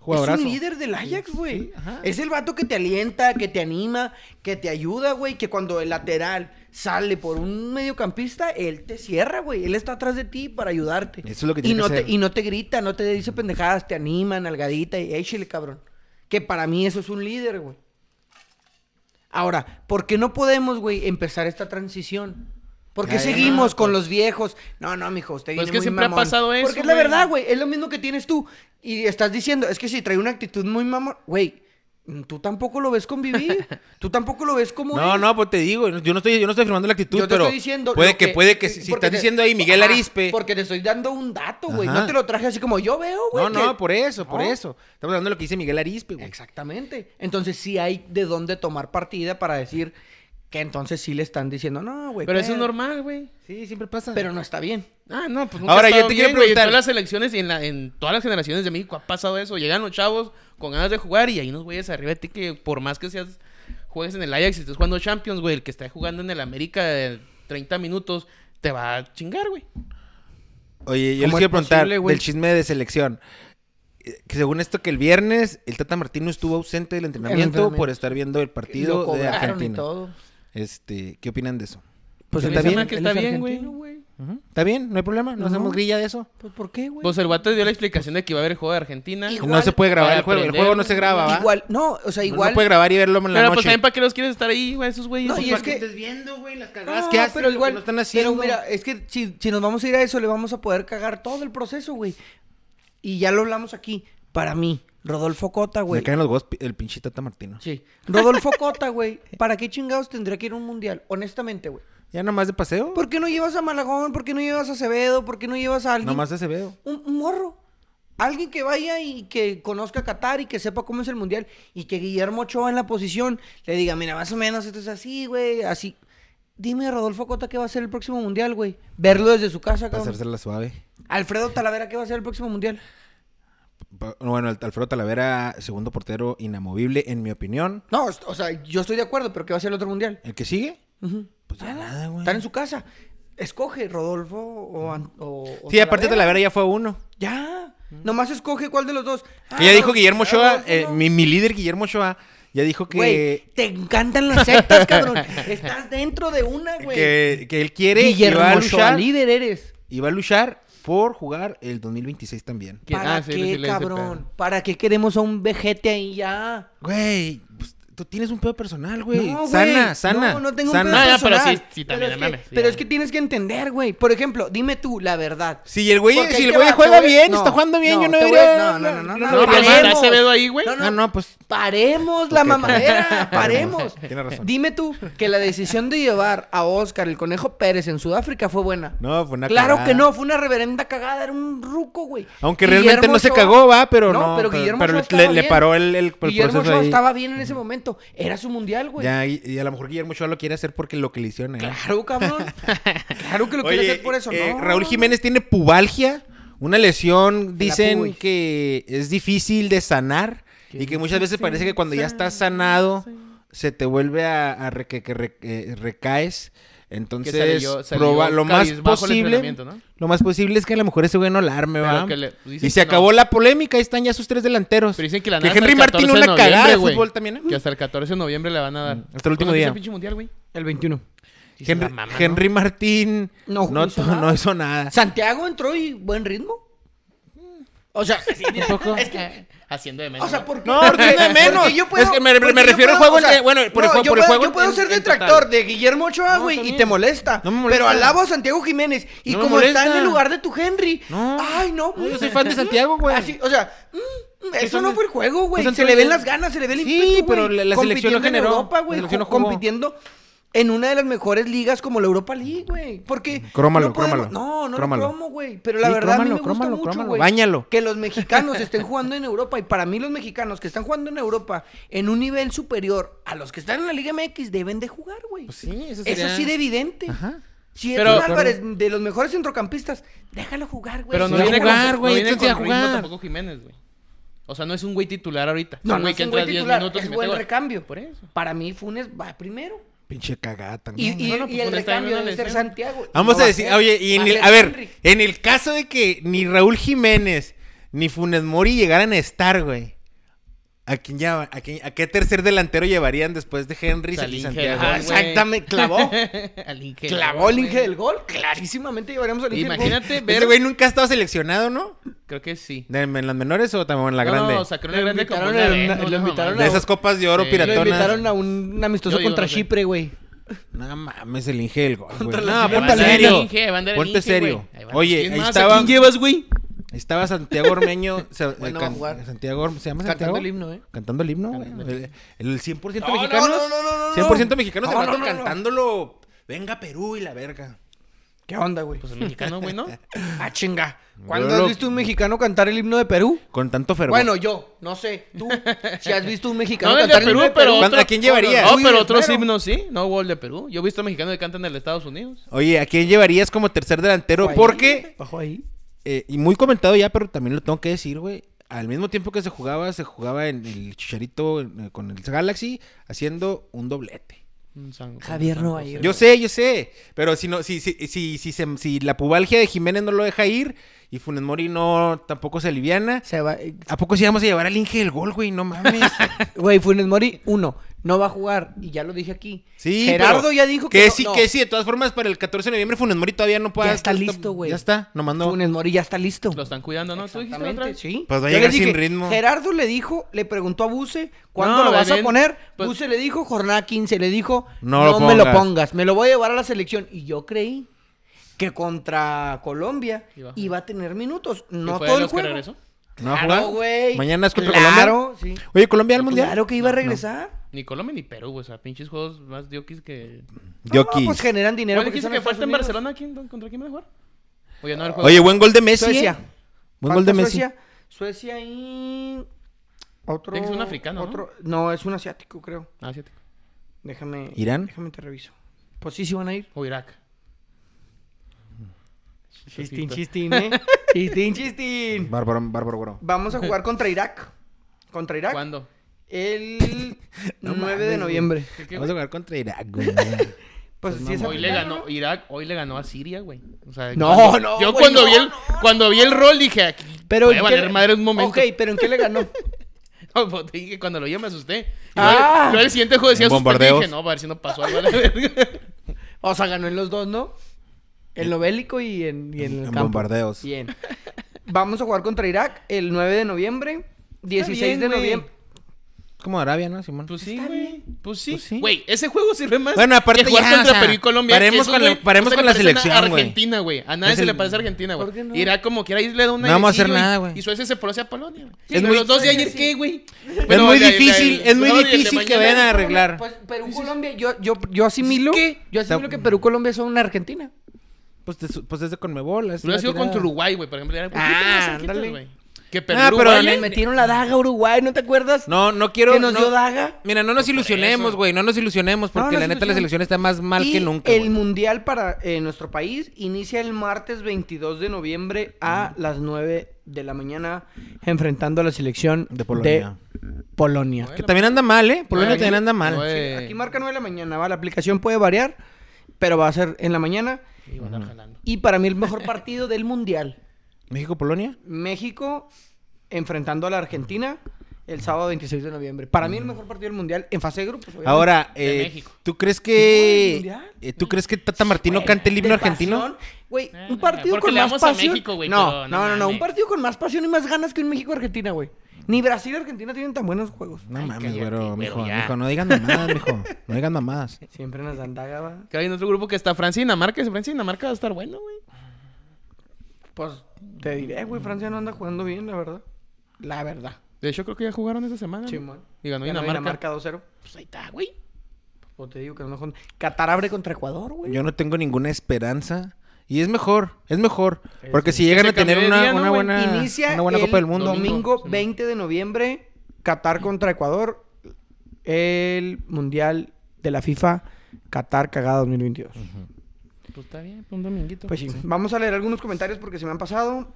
Jugadorazo. Es un líder del Ajax, güey. ajá. es el vato que te alienta, que te anima, que te ayuda, güey. Que cuando el lateral sale por un mediocampista, él te cierra, güey. Él está atrás de ti para ayudarte. Eso es lo que Y tiene no que te- hacer. Y no te grita, no te dice pendejadas, te anima, nalgadita y échale, cabrón. Que para mí eso es un líder, güey. Ahora, ¿por qué no podemos, güey, empezar esta transición? ¿Por qué Ya, ya, seguimos no, con los viejos? No, no, mijo, usted Pues viene es que muy siempre ha mamón. pasado eso, Porque es la güey. verdad, güey, es lo mismo que tienes tú. Y estás diciendo, es que si trae una actitud muy mamón, güey, mm, tú tampoco lo ves convivir. (laughs) tú tampoco lo ves como No, él. no, pues te digo, yo no estoy, yo no estoy afirmando la actitud, Yo te pero estoy diciendo. puede lo eh, que, puede que si, si porque estás te- diciendo ahí Miguel Ajá, Arispe. Porque te estoy dando un dato, güey. Ajá. No te lo traje así como yo veo, güey. No, no, pues, eh. que- por eso, por No. eso. Estamos hablando de lo que dice Miguel Arispe, güey. Exactamente. Entonces sí hay de dónde tomar partida para decir que entonces sí le están diciendo, no, güey. pero eso es normal, güey. Sí, siempre pasa. Pero no está bien. Ah, no, pues nunca Ahora, ha yo estado te quiero bien, güey. En preguntar. todas las selecciones y en, la- en todas las generaciones de México ha pasado eso. Llegan los chavos con ganas de jugar y ahí nos güeyes arriba de ti que por más que seas juegues en el Ajax y estés jugando Champions, güey, el que está jugando en el América de 30 minutos te va a chingar, güey. Oye, yo les ¿Cómo quiero es preguntar posible, güey? del chisme de selección. Eh, Que según esto que el viernes el Tata Martino estuvo ausente del entrenamiento, entrenamiento. por estar viendo el Lo partido de cobraron y Argentina. todo. Este, ¿qué opinan de eso? Pues Se él me está hace bien, que él está es bien, güey. argentino, güey. Ujú, ¿Está bien? ¿No hay problema? ¿No, No. hacemos grilla de eso? Pues ¿por qué, güey? Pues el guato dio la explicación de que iba a haber el juego de Argentina. Igual- no se puede grabar para el juego, el aprender, juego no se güey. graba, ¿va? igual, no, o sea, No, igual. No puede grabar y verlo en la Pero pues noche. también para qué los quieres estar ahí, güey, esos güeyes. No, y es que- viendo, güey, las No, que hacen, pero lo que igual. no están haciendo. Pero mira, eh, es que si, si nos vamos a ir a eso, le vamos a poder cagar todo el proceso, güey. Y ya lo hablamos aquí. Para mí, Rodolfo Cota, Me güey. caen los huevos pi- el pinche Tata Martino. Sí. Rodolfo Cota, güey. ¿Para qué chingados tendría que ir a un mundial? Honestamente, güey. Ya nomás de paseo. ¿Por qué no llevas a Malagón? ¿Por qué no llevas a Acevedo? ¿Por qué no llevas a alguien? Nomás de Acevedo. Un, un morro. Alguien que vaya y que conozca Qatar y que sepa cómo es el mundial. Y que Guillermo Ochoa en la posición le diga, mira, más o menos esto es así, güey. Así. Dime, Rodolfo Cota, ¿qué va a ser el próximo mundial, güey? Verlo desde su casa, Para cabrón. hacerse la suave. Alfredo Talavera, ¿qué va a ser el próximo mundial? Pa- Bueno, el Alfredo Talavera, segundo portero inamovible, en mi opinión. No, o- o sea, yo estoy de acuerdo, pero ¿qué va a ser el otro mundial? ¿El que sigue? Ujú. Ah, Pues ya nada, güey. Están en su casa. Escoge Rodolfo o... An- o- o Sí, aparte Talavera. Talavera ya fue uno. Ya. Nomás escoge cuál de los dos. Que ya Ah, dijo Rodolfo- Guillermo Ochoa, Rodolfo, eh, no. mi, mi líder Guillermo Ochoa, ya dijo Güey, que, te encantan las (laughs) sectas, cabrón. Estás dentro de una, güey. que, que él quiere y Guillermo va, a Ochoa, luchar, líder eres. y va a luchar por jugar el 2026 también. ¿Quién? ¿Para Ah, sí, qué, sí, le hice cabrón? ¿Para qué queremos a un vejete ahí ya? Güey, pues, tú tienes un pedo personal, güey. No, güey. sana, sana. No, no tengo sana. un pedo No, no, pero personal. sí, sí, también, es no que- mames, sí, pero ya. es que tienes que entender, güey. Por ejemplo, dime tú la verdad. Si el güey, Porque si ahí el te güey va, juega te voy- bien, no, está jugando bien, no, yo no te voy- debería. no, no, no, no, no, No, pero Paremos. mira, Acevedo ahí, güey. No, no, Ah, no, pues. Paremos la Ok, mamadera, (laughs) perdón. paremos. Tienes razón. Dime tú que la decisión de llevar a Oscar el Conejo Pérez en Sudáfrica fue buena. No, fue una Claro cagada. que no, fue una reverenda cagada, era un ruco, güey. Aunque Guillermo realmente no se Ochoa- cagó, va, pero no. pero pero- Guillermo pero Ochoa le- estaba le, bien. paró el, el, el Guillermo proceso Ochoa ahí. estaba bien en ese momento. Era su mundial, güey. Ya, y, y a lo mejor Guillermo Ochoa lo quiere hacer porque lo que le hicieron a él. (laughs) Claro, cabrón. claro que lo Oye, quiere hacer por eso, eh, ¿no? Raúl Jiménez tiene pubalgia, una lesión, De la dicen pubis. que es difícil de sanar y que muchas veces parece que cuando ya estás sanado se te vuelve a, a re- que, que re- eh, recaes. Que Entonces, salió- salió proba- lo más cabizbajo el posible, entrenamiento, ¿no? lo más posible es que a lo mejor ese güey no la arme, Pero ¿va? que le- dicen Y se que no. acabó la polémica, ahí están ya sus tres delanteros. Pero dicen que la que nada hasta Henry el Martín 14 de una cagada de noviembre, güey. fútbol también, ¿eh? Que hasta el 14 de noviembre le van a dar. Hasta el último ¿Cuándo día. empieza el pinche mundial, güey? El 21. Y Henry, la mamá, ¿no? Henry Martín No, no, hizo to- nada. no hizo nada. Santiago entró y buen ritmo. O sea, Es que haciendo de menos. O sea, ¿por qué? No, porque no es menos. porque yo puedo- Es que me- me porque yo refiero al puedo- juego en que- bueno, por el juego- yo por el puedo- juego Yo puedo en- ser en detractor total. de Guillermo Ochoa, No, güey, y también. te molesta. No me molesta. Pero alabo a Santiago Jiménez. Y No me como está en molesta. el lugar de tu Henry. No. Ay, no. No, yo mm, soy fan de Santiago, güey. Así, o sea, mm, mm, eso son no de- fue el juego, pues güey. se Antonio- le ven las ganas, se le ve el Sí, ímpetu, pero güey. la- la selección Compitiendo no generó, En Europa, la güey. selección no ju- jugó. Compitiendo en una de las mejores ligas como la Europa League, güey. Porque Crómalo, no podemos- crómalo. No, no Crómalo. lo cromo, güey. Pero la Sí, verdad a mí crómalo, me gusta crómalo, mucho, crómalo. güey. Báñalo. Que los mexicanos estén jugando en Europa y para mí los mexicanos que están jugando en Europa en un nivel superior a los que están en la Liga MX deben de jugar, güey. Pues sí, eso Eso sería- sí de evidente. Ajá. Si Pero- Edson Álvarez, de los mejores centrocampistas, déjalo jugar, güey. Pero Sí, no va a viene jugar, con, güey, no viene entonces con a ritmo jugar. tampoco Jiménez, güey. O sea, no es un güey titular ahorita. No, un no es que un buen entra 10 titular, minutos y es mete buen gol. recambio. Por eso. Para mí Funes va primero. Pinche cagada también. Y, y- No, no, pues, y el Funes está en recambio una debe ser lesión. Santiago. Y Vamos no va a decir, ser. oye, y en Va el- ser a ver, Henry. en el caso de que ni Raúl Jiménez ni Funes Mori llegaran a estar, güey. ¿A quién ya, a, quién- a qué tercer delantero llevarían después de Henry y Salingerón, Santiago? Ah, güey. exactamente, clavó. Al Inge, Clavó el güey. Inge del gol. Clarísimamente llevaremos al Inge del gol. Imagínate Ese (laughs) ver. güey nunca ha estado seleccionado, ¿no? Creo que sí. ¿De- ¿En las menores o también en la No, grande? No, sacó una Lo grande como invitaron una a vez, una- no, lo no, invitaron mames. de esas copas de oro Sí. Lo invitaron piratonas. a un amistoso Yo digo, contra no sé. Chipre, güey. No mames, el Inge del gol, güey. la No, Chivas. ponte Van der serio. Inge, Van der Ponte Inge, serio. güey. Ahí va. Oye, ¿Quién ahí más? ¿A estaba, quién llevas, güey? estaba Santiago (laughs) Ormeño. se- eh, Bueno, can- a jugar. Santiago, Orme- ¿Se llama Santiago? Cantando el himno, ¿eh? Cantando el himno, güey. Cantando El, el 100% No, no, mexicanos. no, no, no, no, no. 100% mexicanos No, se no, matan no, no. cantándolo. Venga Perú y la verga. ¿Qué onda, güey? Pues el mexicano, güey, ¿no? (laughs) Ah, chinga. ¿Cuándo Yo has lo- visto un mexicano cantar el himno de Perú? Con tanto fervor. Bueno, yo, no sé. Tú, si has visto un mexicano No, el de cantar el Perú, himno de pero. Perú. ¿Cuánto- otro- a quién llevarías? No, Uy, pero el otros mero. himnos sí. No hubo el de Perú. Yo he visto mexicanos que cantan en el de Estados Unidos. Oye, ¿a quién llevarías como tercer delantero? Guay. Porque, Bajo ahí. eh, y muy comentado ya, pero también lo tengo que decir, güey. Al mismo tiempo que se jugaba, se jugaba en el Chicharito en- eh, con el Galaxy haciendo un doblete. Un sango- Javier un sango, Noaillo. sí. Yo sé, yo sé. Pero si no, si, si, si, si, se- si la pubalgia de Jiménez no lo deja ir y Funes Mori no tampoco se aliviana, Se va. eh, ¿a poco sí vamos a llevar al Inge el gol, güey? No (laughs) mames. Güey, Funes Mori, uno, no va a jugar. Y ya lo dije aquí. Sí, Gerardo pero ya dijo que. que no- sí, no. que sí. De todas formas, para el 14 de noviembre Funes Mori todavía no puede. Ya está listo, güey. Ya está, nomás no. Funes Mori ya está listo. Lo están cuidando, ¿no? ¿Tú dijiste la otra Exactamente, vez? sí. Pues va a Yo llegar les sin ritmo. Gerardo le dijo, le preguntó a Buse, ¿cuándo No, lo vas a Belén, poner? pues- Buse le dijo, jornada 15, le dijo, No no, lo me lo pongas". pongas, me lo voy a llevar a la selección. Y yo creí que contra Colombia Iba a iba a tener minutos, no fue de todo el los que juego. regresó? ¿No va a jugar? Claro, güey. Mañana es contra Colombia. Claro, sí. Oye, Colombia al mundial. Claro que iba a regresar. Ni Colombia ni Perú, güey. O sea, pinches juegos más diokis que. Yo No, quis. pues generan dinero. ¿Cuál porque dijiste son que en Estados falta en Unidos. Barcelona? ¿Quién, ¿Contra quién van a jugar? Oye, no, el juego. Oye, buen gol de Messi. ¿eh? Suecia. Buen gol de Falta Messi. Suecia, Suecia y. Otro. Tiene que ser un africano, ¿no? otro- ¿no? es un asiático, creo. Asiático. Déjame. ¿Irán? Déjame te reviso. Pues sí, sí van a ir. O Irak. Chistín, chistín, pues. ¿eh? (laughs) chistín, chistín. Bárbaro, bárbaro, güero. Vamos a jugar contra Irak. Contra Irak. ¿Cuándo? El No 9 mames, de noviembre. ¿Qué, qué, Vamos a güey? jugar contra Irak, güey. Pues sí, es Hoy le africano, ganó, Irak hoy le ganó a Siria, güey. O sea, No, cuando- no, Yo güey, cuando, no, vi el, no, cuando vi el rol dije, aquí Pero voy a ¿en qué valer le- madre un momento. Ok, pero ¿en qué le ganó? (laughs) No, pues, te dije, cuando lo vi me asusté. Y luego- Ah. luego el siguiente juego decía En suspendido, bombardeos. Dije, no, a ver si no pasó algo. a la verga". O sea, ganó en los dos, ¿no? En lo bélico y en, y en el En campo. bombardeos. Bien. Vamos a jugar contra Irak el 9 de noviembre. 16 bien, de güey. noviembre. Como Arabia, ¿no, Simón? Pues sí, Está güey. bien. Pues sí. Pues sí. Güey, ese juego sirve más. Bueno, aparte que jugar ya, contra o sea, Perú y Colombia. paremos Esos, con la- güey, paremos no se con le la parecen a selección, güey. Argentina, güey. A nadie Es se le el- parece a Argentina, güey. ¿Por qué no? Irak como quiera irle da una No vamos a hacer airecillo y- nada, güey. Y Suecia se conoce a Polonia, güey. Sí, es Pero muy- los dos de sí, ayer, sí. ¿qué, güey? es Bueno, muy la- la- difícil, es muy no, de- de difícil que mañana. vayan a arreglar. Pues Perú-Colombia, yo, yo, yo asimilo. ¿Qué? Yo asimilo O sea, que Perú-Colombia son una Argentina. Pues, te- pues es de Conmebol. es Hubiera la sido tirada. contra Uruguay, güey, por ejemplo. ya era- ¿Por qué Ah, te vas a quitar, ándale. güey? Que perdió Ah, pero Uruguay. le- Le güey. metieron la daga a Uruguay, ¿no te acuerdas? No, no quiero. que nos no- dio daga. Mira, no nos ilusionemos, eso. güey. No nos ilusionemos porque la no se neta la ilusionen. selección está más mal Y que nunca. El güey. mundial para eh, nuestro país inicia el martes 22 de noviembre a las 9 de la mañana, enfrentando a la selección De Polonia. de Polonia. Bueno, eh. Que también anda mal, ¿eh? Polonia Bueno, también anda no mal. es- Sí, Aquí marca 9 de la mañana, va. La aplicación puede variar, pero va a ser en la mañana. Y van a jalando. Y para mí el (laughs) mejor partido del mundial. ¿México-Polonia? México enfrentando a la Argentina el sábado 26 de noviembre. Para mí el mejor partido del mundial en fase de grupos. obviamente. Ahora, De eh, México. ¿tú crees Ay, que mundial. eh, tú crees que Tata Martino cante el himno de argentino? pasión. Güey, Eh, un no, partido porque con le más vamos a pasión. México, güey, no, pero no no, no, no, un mames. partido con más pasión y más ganas que un México Argentina, güey. Ni Brasil y Argentina tienen tan buenos juegos. No Ay, mames, cállate, güero, güero, mijo, ya. mijo, no digan mamadas, (laughs) mijo. No digan mamadas. Siempre nos dan daga, va. Que hay en otro grupo que está Francia y Dinamarca. Ese Francia y Dinamarca va a estar bueno, güey. Pues te diré, güey, Francia no anda jugando bien, la verdad. La verdad. De hecho, creo que ya jugaron esta semana. ¿no? Chimón. Y ganó Ganó Dinamarca. Dinamarca 2-0. Pues ahí está, güey. O te digo que no mejor. Qatar abre contra Ecuador, güey. Yo no tengo ninguna esperanza y es mejor, es mejor, Sí, porque sí. si llegan Se a tener cambió de una, día, ¿no, una güey? buena Inicia una buena el Copa del Mundo. domingo Domingo, sí. 20 de noviembre, Qatar contra Ecuador, el Mundial de la FIFA, Qatar cagada 2022. Pues está bien, un dominguito. Pues sí, vamos a leer algunos comentarios porque se me han pasado.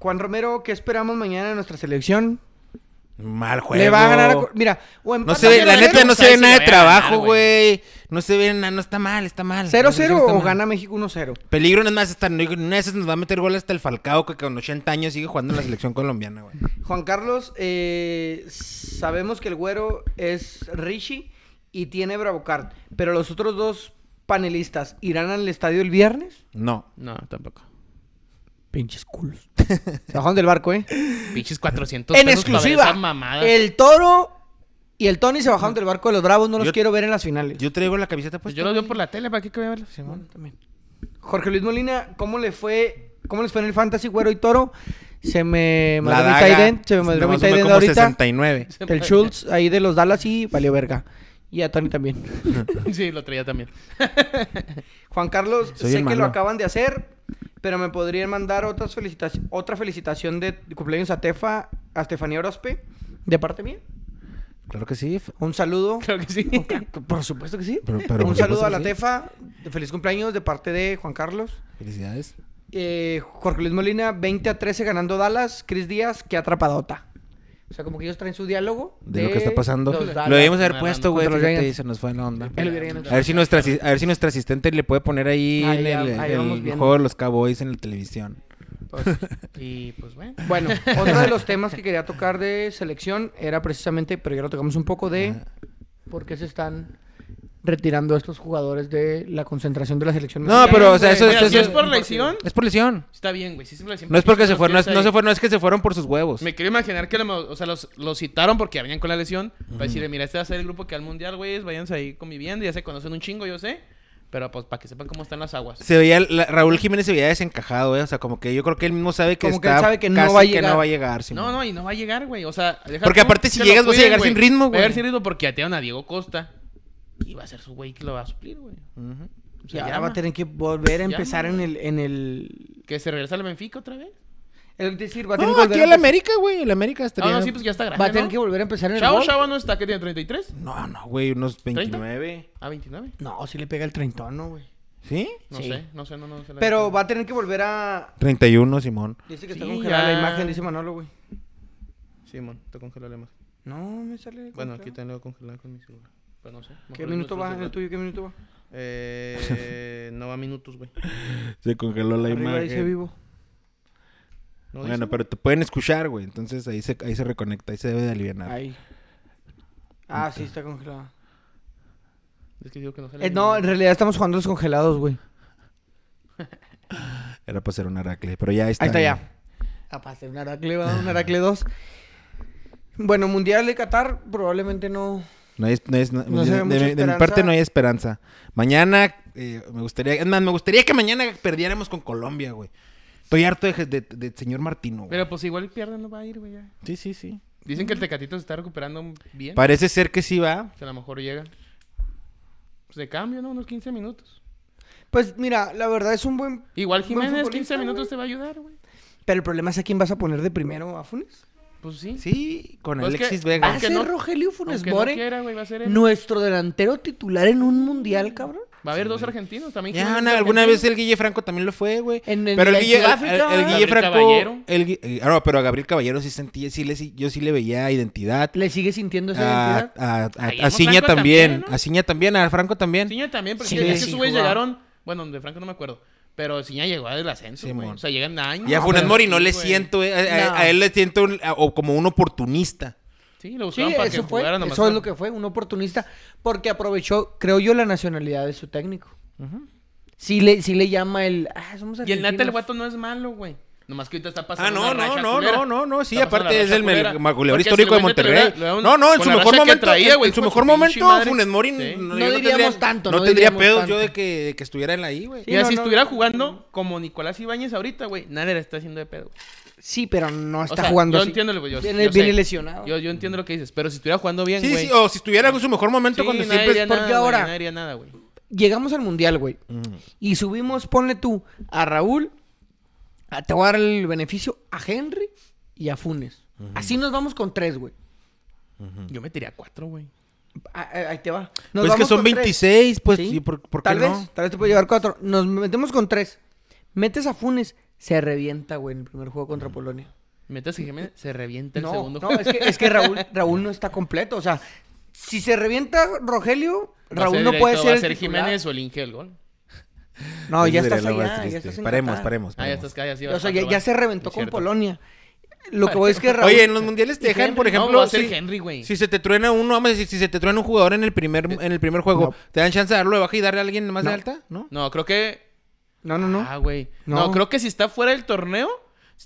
Juan Romero, ¿qué esperamos mañana de nuestra selección? Mal juego. Le va a ganar a... Col- Mira, o No empata se ve, Pero 0-0, la es que neta no no se sabes ve si nada le de vayan a ganar, trabajo, güey. No se ve nada, no está mal, está mal. 0-0 Está o mal. gana México 1-0. Peligro nada más hasta una de esas nos va a meter gol hasta el Falcao que con 80 años sigue jugando en la selección colombiana, güey. Juan Carlos, eh, sabemos que el güero es Richie y tiene Bravocard, pero los otros dos panelistas irán al estadio el viernes. No. No, tampoco. Pinches culos. (laughs) Se bajaron del barco, ¿eh? (laughs) Pinches 400 En pesos para ver exclusiva. esa mamada. El toro y el Tony se bajaron del barco de los Bravos. No los Yo- quiero ver en las finales. Yo traigo la camiseta Pues puesta. yo los veo por la tele, ¿para qué que voy a verlos? Bueno, también. Jorge Luis Molina, ¿cómo le fue? ¿Cómo les fue en el Fantasy, güero y toro? Se me La madrió mi daga, tight end, Se me nada madrió mi más suma tight end como ahorita. 69. (laughs) El Schultz ahí de los Dallas y valió verga. Y a Tony también. (laughs) (laughs) Sí, lo traía también. (laughs) Juan Carlos, Soy sé el que lo malo. acaban de hacer, pero me podrían mandar otras felicitaci- otra felicitación de cumpleaños a Tefa, a Estefanía Orozpe, de parte mía. Claro que sí. Un (laughs) saludo. Creo que sí. Por supuesto que sí. Pero- pero Un por saludo supuesto a la que sí. Tefa. de Feliz cumpleaños de parte de Juan Carlos. Felicidades. Eh, Jorge Luis Molina, 20 a 13 ganando Dallas. Chris Díaz, qué atrapadota. O sea, como que ellos traen su diálogo. De lo que está pasando. Lo los Dallas. debíamos haber Ganando puesto, güey. contra los fíjate, Y Giants. se nos fue en la onda. Él hubiera ganado. A ver si nuestra, asi- a ver si nuestra asistente le puede poner ahí, Ahí en el, ya- ahí el vamos viendo. juego de los Cowboys en la televisión. Entonces, Y pues bueno. Bueno, otro de los temas que quería tocar de selección era precisamente, pero ya lo tocamos un poco, de Ah, por qué se están retirando estos jugadores de la concentración de la selección. No, mexicana, pero, o sea, güey. eso- Mira, eso- si es eso- por lesión, Es por lesión. está bien, güey. Sí, siempre- No es porque se los fueron, no es, tienes no se ahí. fueron, no es que se fueron por sus huevos. Me quiero imaginar que lo, o sea, los, los citaron porque venían con la lesión. Para decirle, mira, este va a ser el grupo que al mundial, güeyes, váyanse ahí conviviendo, ya se conocen un chingo, yo sé. Pero pues para que sepan cómo están las aguas. Se veía, la- Raúl Jiménez se veía desencajado, ¿eh? O sea, como que yo creo que él mismo sabe que Como que él está sabe que no casi va a que llegar. no va a llegar. Simón. No, no, y no va a llegar, güey. O sea, deja Porque tú aparte si que llegas lo vas a llegar sin ritmo, Va a llegar güey. sin ritmo porque atearon a Diego Costa. Y va a ser su güey que lo va a suplir, güey. Ujú. O Y sea, ahora llama. va a tener que volver a Llama, empezar en güey. el, en el... Que se regresa al Benfica otra vez. Es decir, va a tener No, que volver aquí a el empezar- América, güey. El América Ah, estaría... no, sí, pues ya está grande. Va a tener ¿no? que volver a empezar en el Chavo, gol. Chavo no está, que tiene 33. No, no, güey, unos 29. Ah, 29. No, sí le pega el treintón, ¿no, güey. ¿Sí? No Sí. sé, no sé, no, no sé. la Pero neta. va a tener que volver a... 31, Simón. Dice que está Sí, ya. congelada la imagen, dice Manolo, güey. Sí, mon, te congeló la imagen. No, me sale... Bueno, aquí congelada. te lo congelar con mi celular. Pues no sé. mejor ¿Qué es minuto nuestro va en el celular. tuyo? ¿Qué minuto va? Eh, no va a minutos, güey. Se congeló la Arriba dice imagen. vivo. No dice, Bueno, güey. pero te pueden escuchar, güey. Entonces ahí se, ahí se reconecta, ahí se debe de aliviar. Ahí. Ah, sí, está congelada. Es que digo que no sale. Eh, la no, en imagen. realidad estamos jugando descongelados, güey. Era para hacer un aracle, pero ya está. Ahí está güey. ya. A pasar un Aracle, ¿verdad? un Aracle 2. Bueno, Mundial de Qatar probablemente no. No hay- no hay- no- No se ve de, mucha de- de mi esperanza. parte no hay esperanza. Mañana, eh, me gustaría, es más, me gustaría que mañana perdiéramos con Colombia, güey. Estoy harto de, de- de señor Martino. güey. Pero pues igual pierden, no va a ir, güey. ya. Sí, sí, sí. Dicen que el Tecatito se está recuperando bien. Parece ser que sí va. Que a lo mejor llega. Pues de cambio, ¿no? Unos 15 minutos. Pues mira, la verdad es un buen. Igual Buen Jiménez, futbolista, 15 minutos güey. te va a ayudar, güey. Pero el problema es a quién vas a poner de primero, a Funes. Pues sí. Sí, con Pues Alexis que- Vega. Va a Aunque ser no- Ah, Rogelio Funes Aunque no Mori, quiera, güey, va a ser él. nuestro delantero titular en un Mundial, cabrón. Va a haber dos argentinos también. Ya, Jiménez una- es alguna argentino. vez el Guille Franco también lo fue, güey. En el- Pero el en Guille, el- Sudáfrica. el- el Guille Gabriel Franco. Caballero. el Gui- eh, ah, no, pero a Gabriel Caballero sí sentía, sí le, sí- yo sí le veía identidad. ¿Le sigue sintiendo esa A, identidad? a, a- Ahí a en Ciña Franco también. también, ¿no? A Ciña también, a Franco también. Ciña también, porque Sí, esos sí, güeyes jugaba. llegaron. Bueno, de Franco no me acuerdo. Pero Ciña llegó del ascenso, güey. Simón. o sea, llegan años. Y a Funes pero Mori sí, no le güey. siento, eh, a, a- No. a él le siento un- a- o como un oportunista. Sí, lo Sí, buscaban para que eso fue. jugara nomás. Eso es lo que fue, un oportunista. Porque aprovechó, creo yo, la nacionalidad de su técnico. Sí le, sí le llama el. Ah, somos Y el Nata el argentinos. Guato no es malo, güey. Nomás que ahorita está pasando. Ah, no, no, una racha no, culera. no, no, no, sí, Está pasando aparte la es racha el culera. me- magoleador Porque histórico de si le meten, le Monterrey. hubiera- le hubiera- No, no, en con su la mejor racha que momento, traía, en- güey, en su con su mejor pinche momento madre. Funes Mori Sí. n- No yo diríamos tendría- tanto, no no tendría diríamos pedos tanto. yo de que, que estuviera en la I, güey. Mira, no, si no, estuviera no. jugando como Nicolás Ibáñez ahorita, güey, nadie le está haciendo de pedo. Sí, pero no está sea, jugando yo así. entiendo lo que yo- Viene, yo viene sé. lesionado. Yo, yo entiendo lo que dices, pero si estuviera jugando bien, Sí, güey. sí, o si estuviera en su mejor momento sí, cuando nadie siempre haría es- porque nada, güey, ahora- nadie haría nada, güey. Llegamos al mundial, güey. Mm. Y subimos, ponle tú, a Raúl, a te voy a dar el beneficio, a Henry y a Funes. Así nos vamos con tres, güey. Yo metería cuatro, güey. A- a- Ahí te va. Nos Pues es que vamos son con tres. 26, pues, Sí. ¿y ¿por por qué tal vez, no? tal vez te puede llevar cuatro. Nos metemos con tres. Metes a Funes, se revienta, güey, en el primer juego contra Polonia. Metes a Jiménez, se revienta el no, segundo. no, es que, es (laughs) que Raúl, Raúl no está completo. O sea, si se revienta Rogelio, Va a Raúl ser no directo, puede ser. Va a el ser titular. Jiménez o el Inge del gol. Ah, No, Ese ya sería estás lo más allá, ya triste. estás en este, Paremos, Qatar. paremos, Ah, ya paremos. estás callado. sí, O sea, vas ya, a ya se probar. reventó Es con cierto. Polonia. Lo que voy es que Raúl... Oye, en los mundiales te Y dejan, Henry, por No, ejemplo, va a ser si- Henry, güey. Si se te truena uno, vamos a decir, si se te truena un jugador en el primer, en el primer juego, No. ¿te dan chance de darlo de baja y darle a alguien más No. de alta? Eh, ¿No? No, creo que. No, no, no. Ah, güey. No. No. creo que si está fuera del torneo,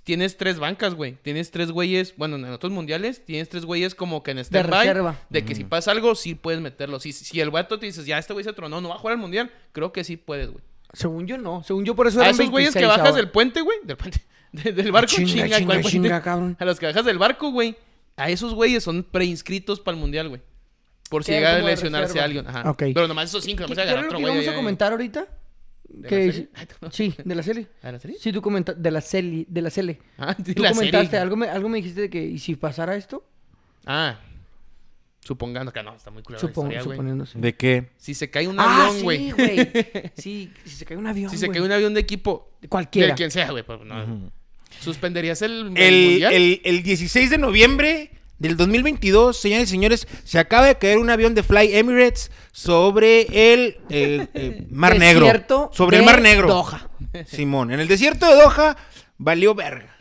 tienes tres bancas, güey. Tienes tres güeyes. Bueno, en otros mundiales, tienes tres güeyes como que en stand reserva. De que si pasa algo, sí puedes meterlo. Si, si el vato te dices, ya este güey se tronó, no va a jugar al mundial, creo que sí puedes, güey. Según yo, no. Según yo, por eso A eran esos güeyes que 26 bajas ahora. del puente, güey. Del puente. (laughs) de- del barco, Chinga, chinga, chinga, ¿cuál puente? (laughs) chinga, cabrón. A los que bajas del barco, güey. A esos güeyes son preinscritos para el mundial, güey. Por si Sí, llega a como de lesionarse reserva. a alguien. Ajá. Ok. Pero nomás esos cinco, ¿Qué, nomás se qué era agarra lo otro que güey. ahí, íbamos a ahí. comentar ahorita? ¿De Que la dice- (laughs) (laughs) serie? Ay, no. Sí, de la serie. ¿A la serie? Sí, tú comentaste... De la serie. De la serie. (laughs) Ah, sí, Tú la comentaste serie. algo, me, algo me dijiste de que... ¿Y si pasara esto? Ah. Supongando que no, está muy culero. Supongo, la historia, güey. suponiéndose. ¿De qué? Si se cae un ah, avión, sí, güey. güey. (laughs) Sí, si se cae un avión, si se güey. cae un avión de equipo. Cualquiera. De quien sea, güey. pues, no. ¿Suspenderías el, el El, mundial? el, el 16 de noviembre del 2022, señores y señores, se acaba de caer un avión de Fly Emirates sobre el eh, eh, Mar Negro. Desierto sobre de el Mar Negro. Doha. Simón, en el desierto de Doha valió verga.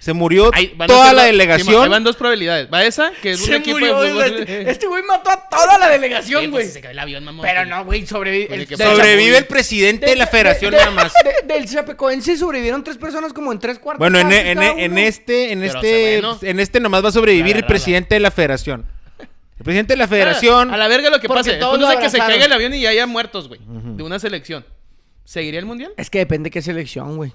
Se murió Ahí van a toda la hacer la- sí, ma, delegación. ahí van dos probabilidades. Va esa, que es un Se equipo murió, de fútbol. (laughs) este, este güey mató a toda la Sí, pues, delegación, güey. si se cae el avión, mamón. pues, Pero no, güey, sobrevive. Tiene el- que del Sobrevive Chapo- Ah, el presidente de la federación de- nada más. de- del Chapecoense sobrevivieron tres personas como en tres cuartos. Bueno, en, e, partes en- cada en uno. este, en Pero, o este, sea, bueno. en este nomás va a sobrevivir La el verdad, presidente de la federación. El presidente de la federación. Ah, a la verga lo que Porque pase. El todos punto lo es que se abrazaron. caiga el avión y ya haya muertos, güey. De una selección. ¿Seguiría el mundial? Es que depende qué selección, güey.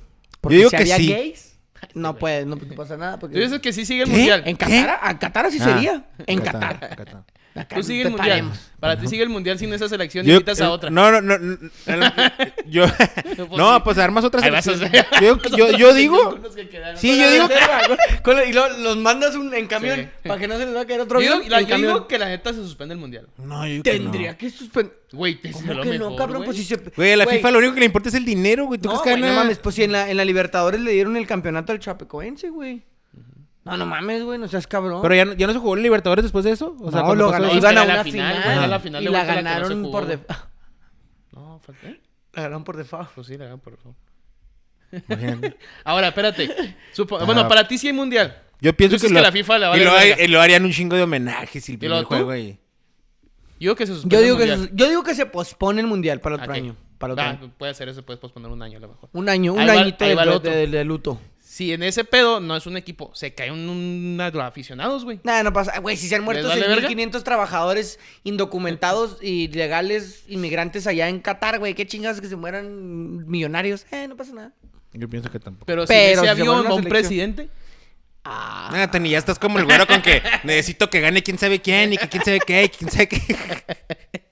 digo que sí. gays, no puede, no te pasa nada. Tú Porque... dices que sí sigue el ¿Qué? mundial. En Qatar, a Qatar así Ah, sería. En Qatar, Qatar. Qatar. Acá Tú sigue el te mundial. paremos. Para ti sigue el mundial sin esa selección y Yo- quitas a eh, otra. No, no, no. no, no, (laughs) yo, no, pues armas otra Ahí vas a selección. hacer- Yo, yo, (laughs) yo digo. Los que quedaron. Sí, yo digo. (laughs) Con la- y luego los mandas un- en camión Sí. para que no se les va a caer otro Yo digo- avión, la- en yo camión. digo que la neta se suspende el mundial. No, yo digo que Tendría no. que suspender. Güey, te ¿Cómo lo que mejor, no, cabrón? güey. Pues si se... Güey, a la Güey, FIFA lo único que le importa es el dinero, güey. ¿Tú No, crees que güey, no gana? mames, pues si en la, en la Libertadores le dieron el campeonato al Chapecoense, güey. No, no mames, güey, no seas cabrón. Pero ya no, ya no se jugó en Libertadores después de eso. O sea, no, cuando lo pasó ganó, eso. iba- iban a Era la una final, final, era la final de y la vuelta la que no se ganaron jugó, por güey. de... No, falta. ¿eh? (laughs) la ganaron por default. Pues sí, la hagan, por favor. Imagínate. Ahora, (laughs) espérate. Supo- Ah. Bueno, para ti sí hay mundial. Yo pienso Tú dices que, que la FIFA la y vale lo, verga. y lo harían un chingo de homenajes y el primer luego tú? juego ahí. Yo digo que se suspende Yo digo, el que mundial. se, yo digo que se pospone el mundial para otro Ah, ok. año. Para otro Ah, año. Puede ser eso, puedes posponer un año a lo mejor. Un año, un Ahí va- añito ahí de, va el de- otro. de- de luto. Si en ese pedo no es un equipo, se caen un, un- aficionados, güey. Nada, no pasa. Güey, si se han muerto vale verga? 6.500 trabajadores indocumentados y legales inmigrantes allá en Qatar, güey. Qué chingas que se mueran millonarios. Eh, no pasa nada. Yo pienso que tampoco. Pero, Pero si en si ese se avión vuelve va una un selección. presidente, Ah. Ah, Tani, ya estás como el güero con que necesito que gane quién sabe quién y que quién sabe qué y quién sabe (laughs) qué.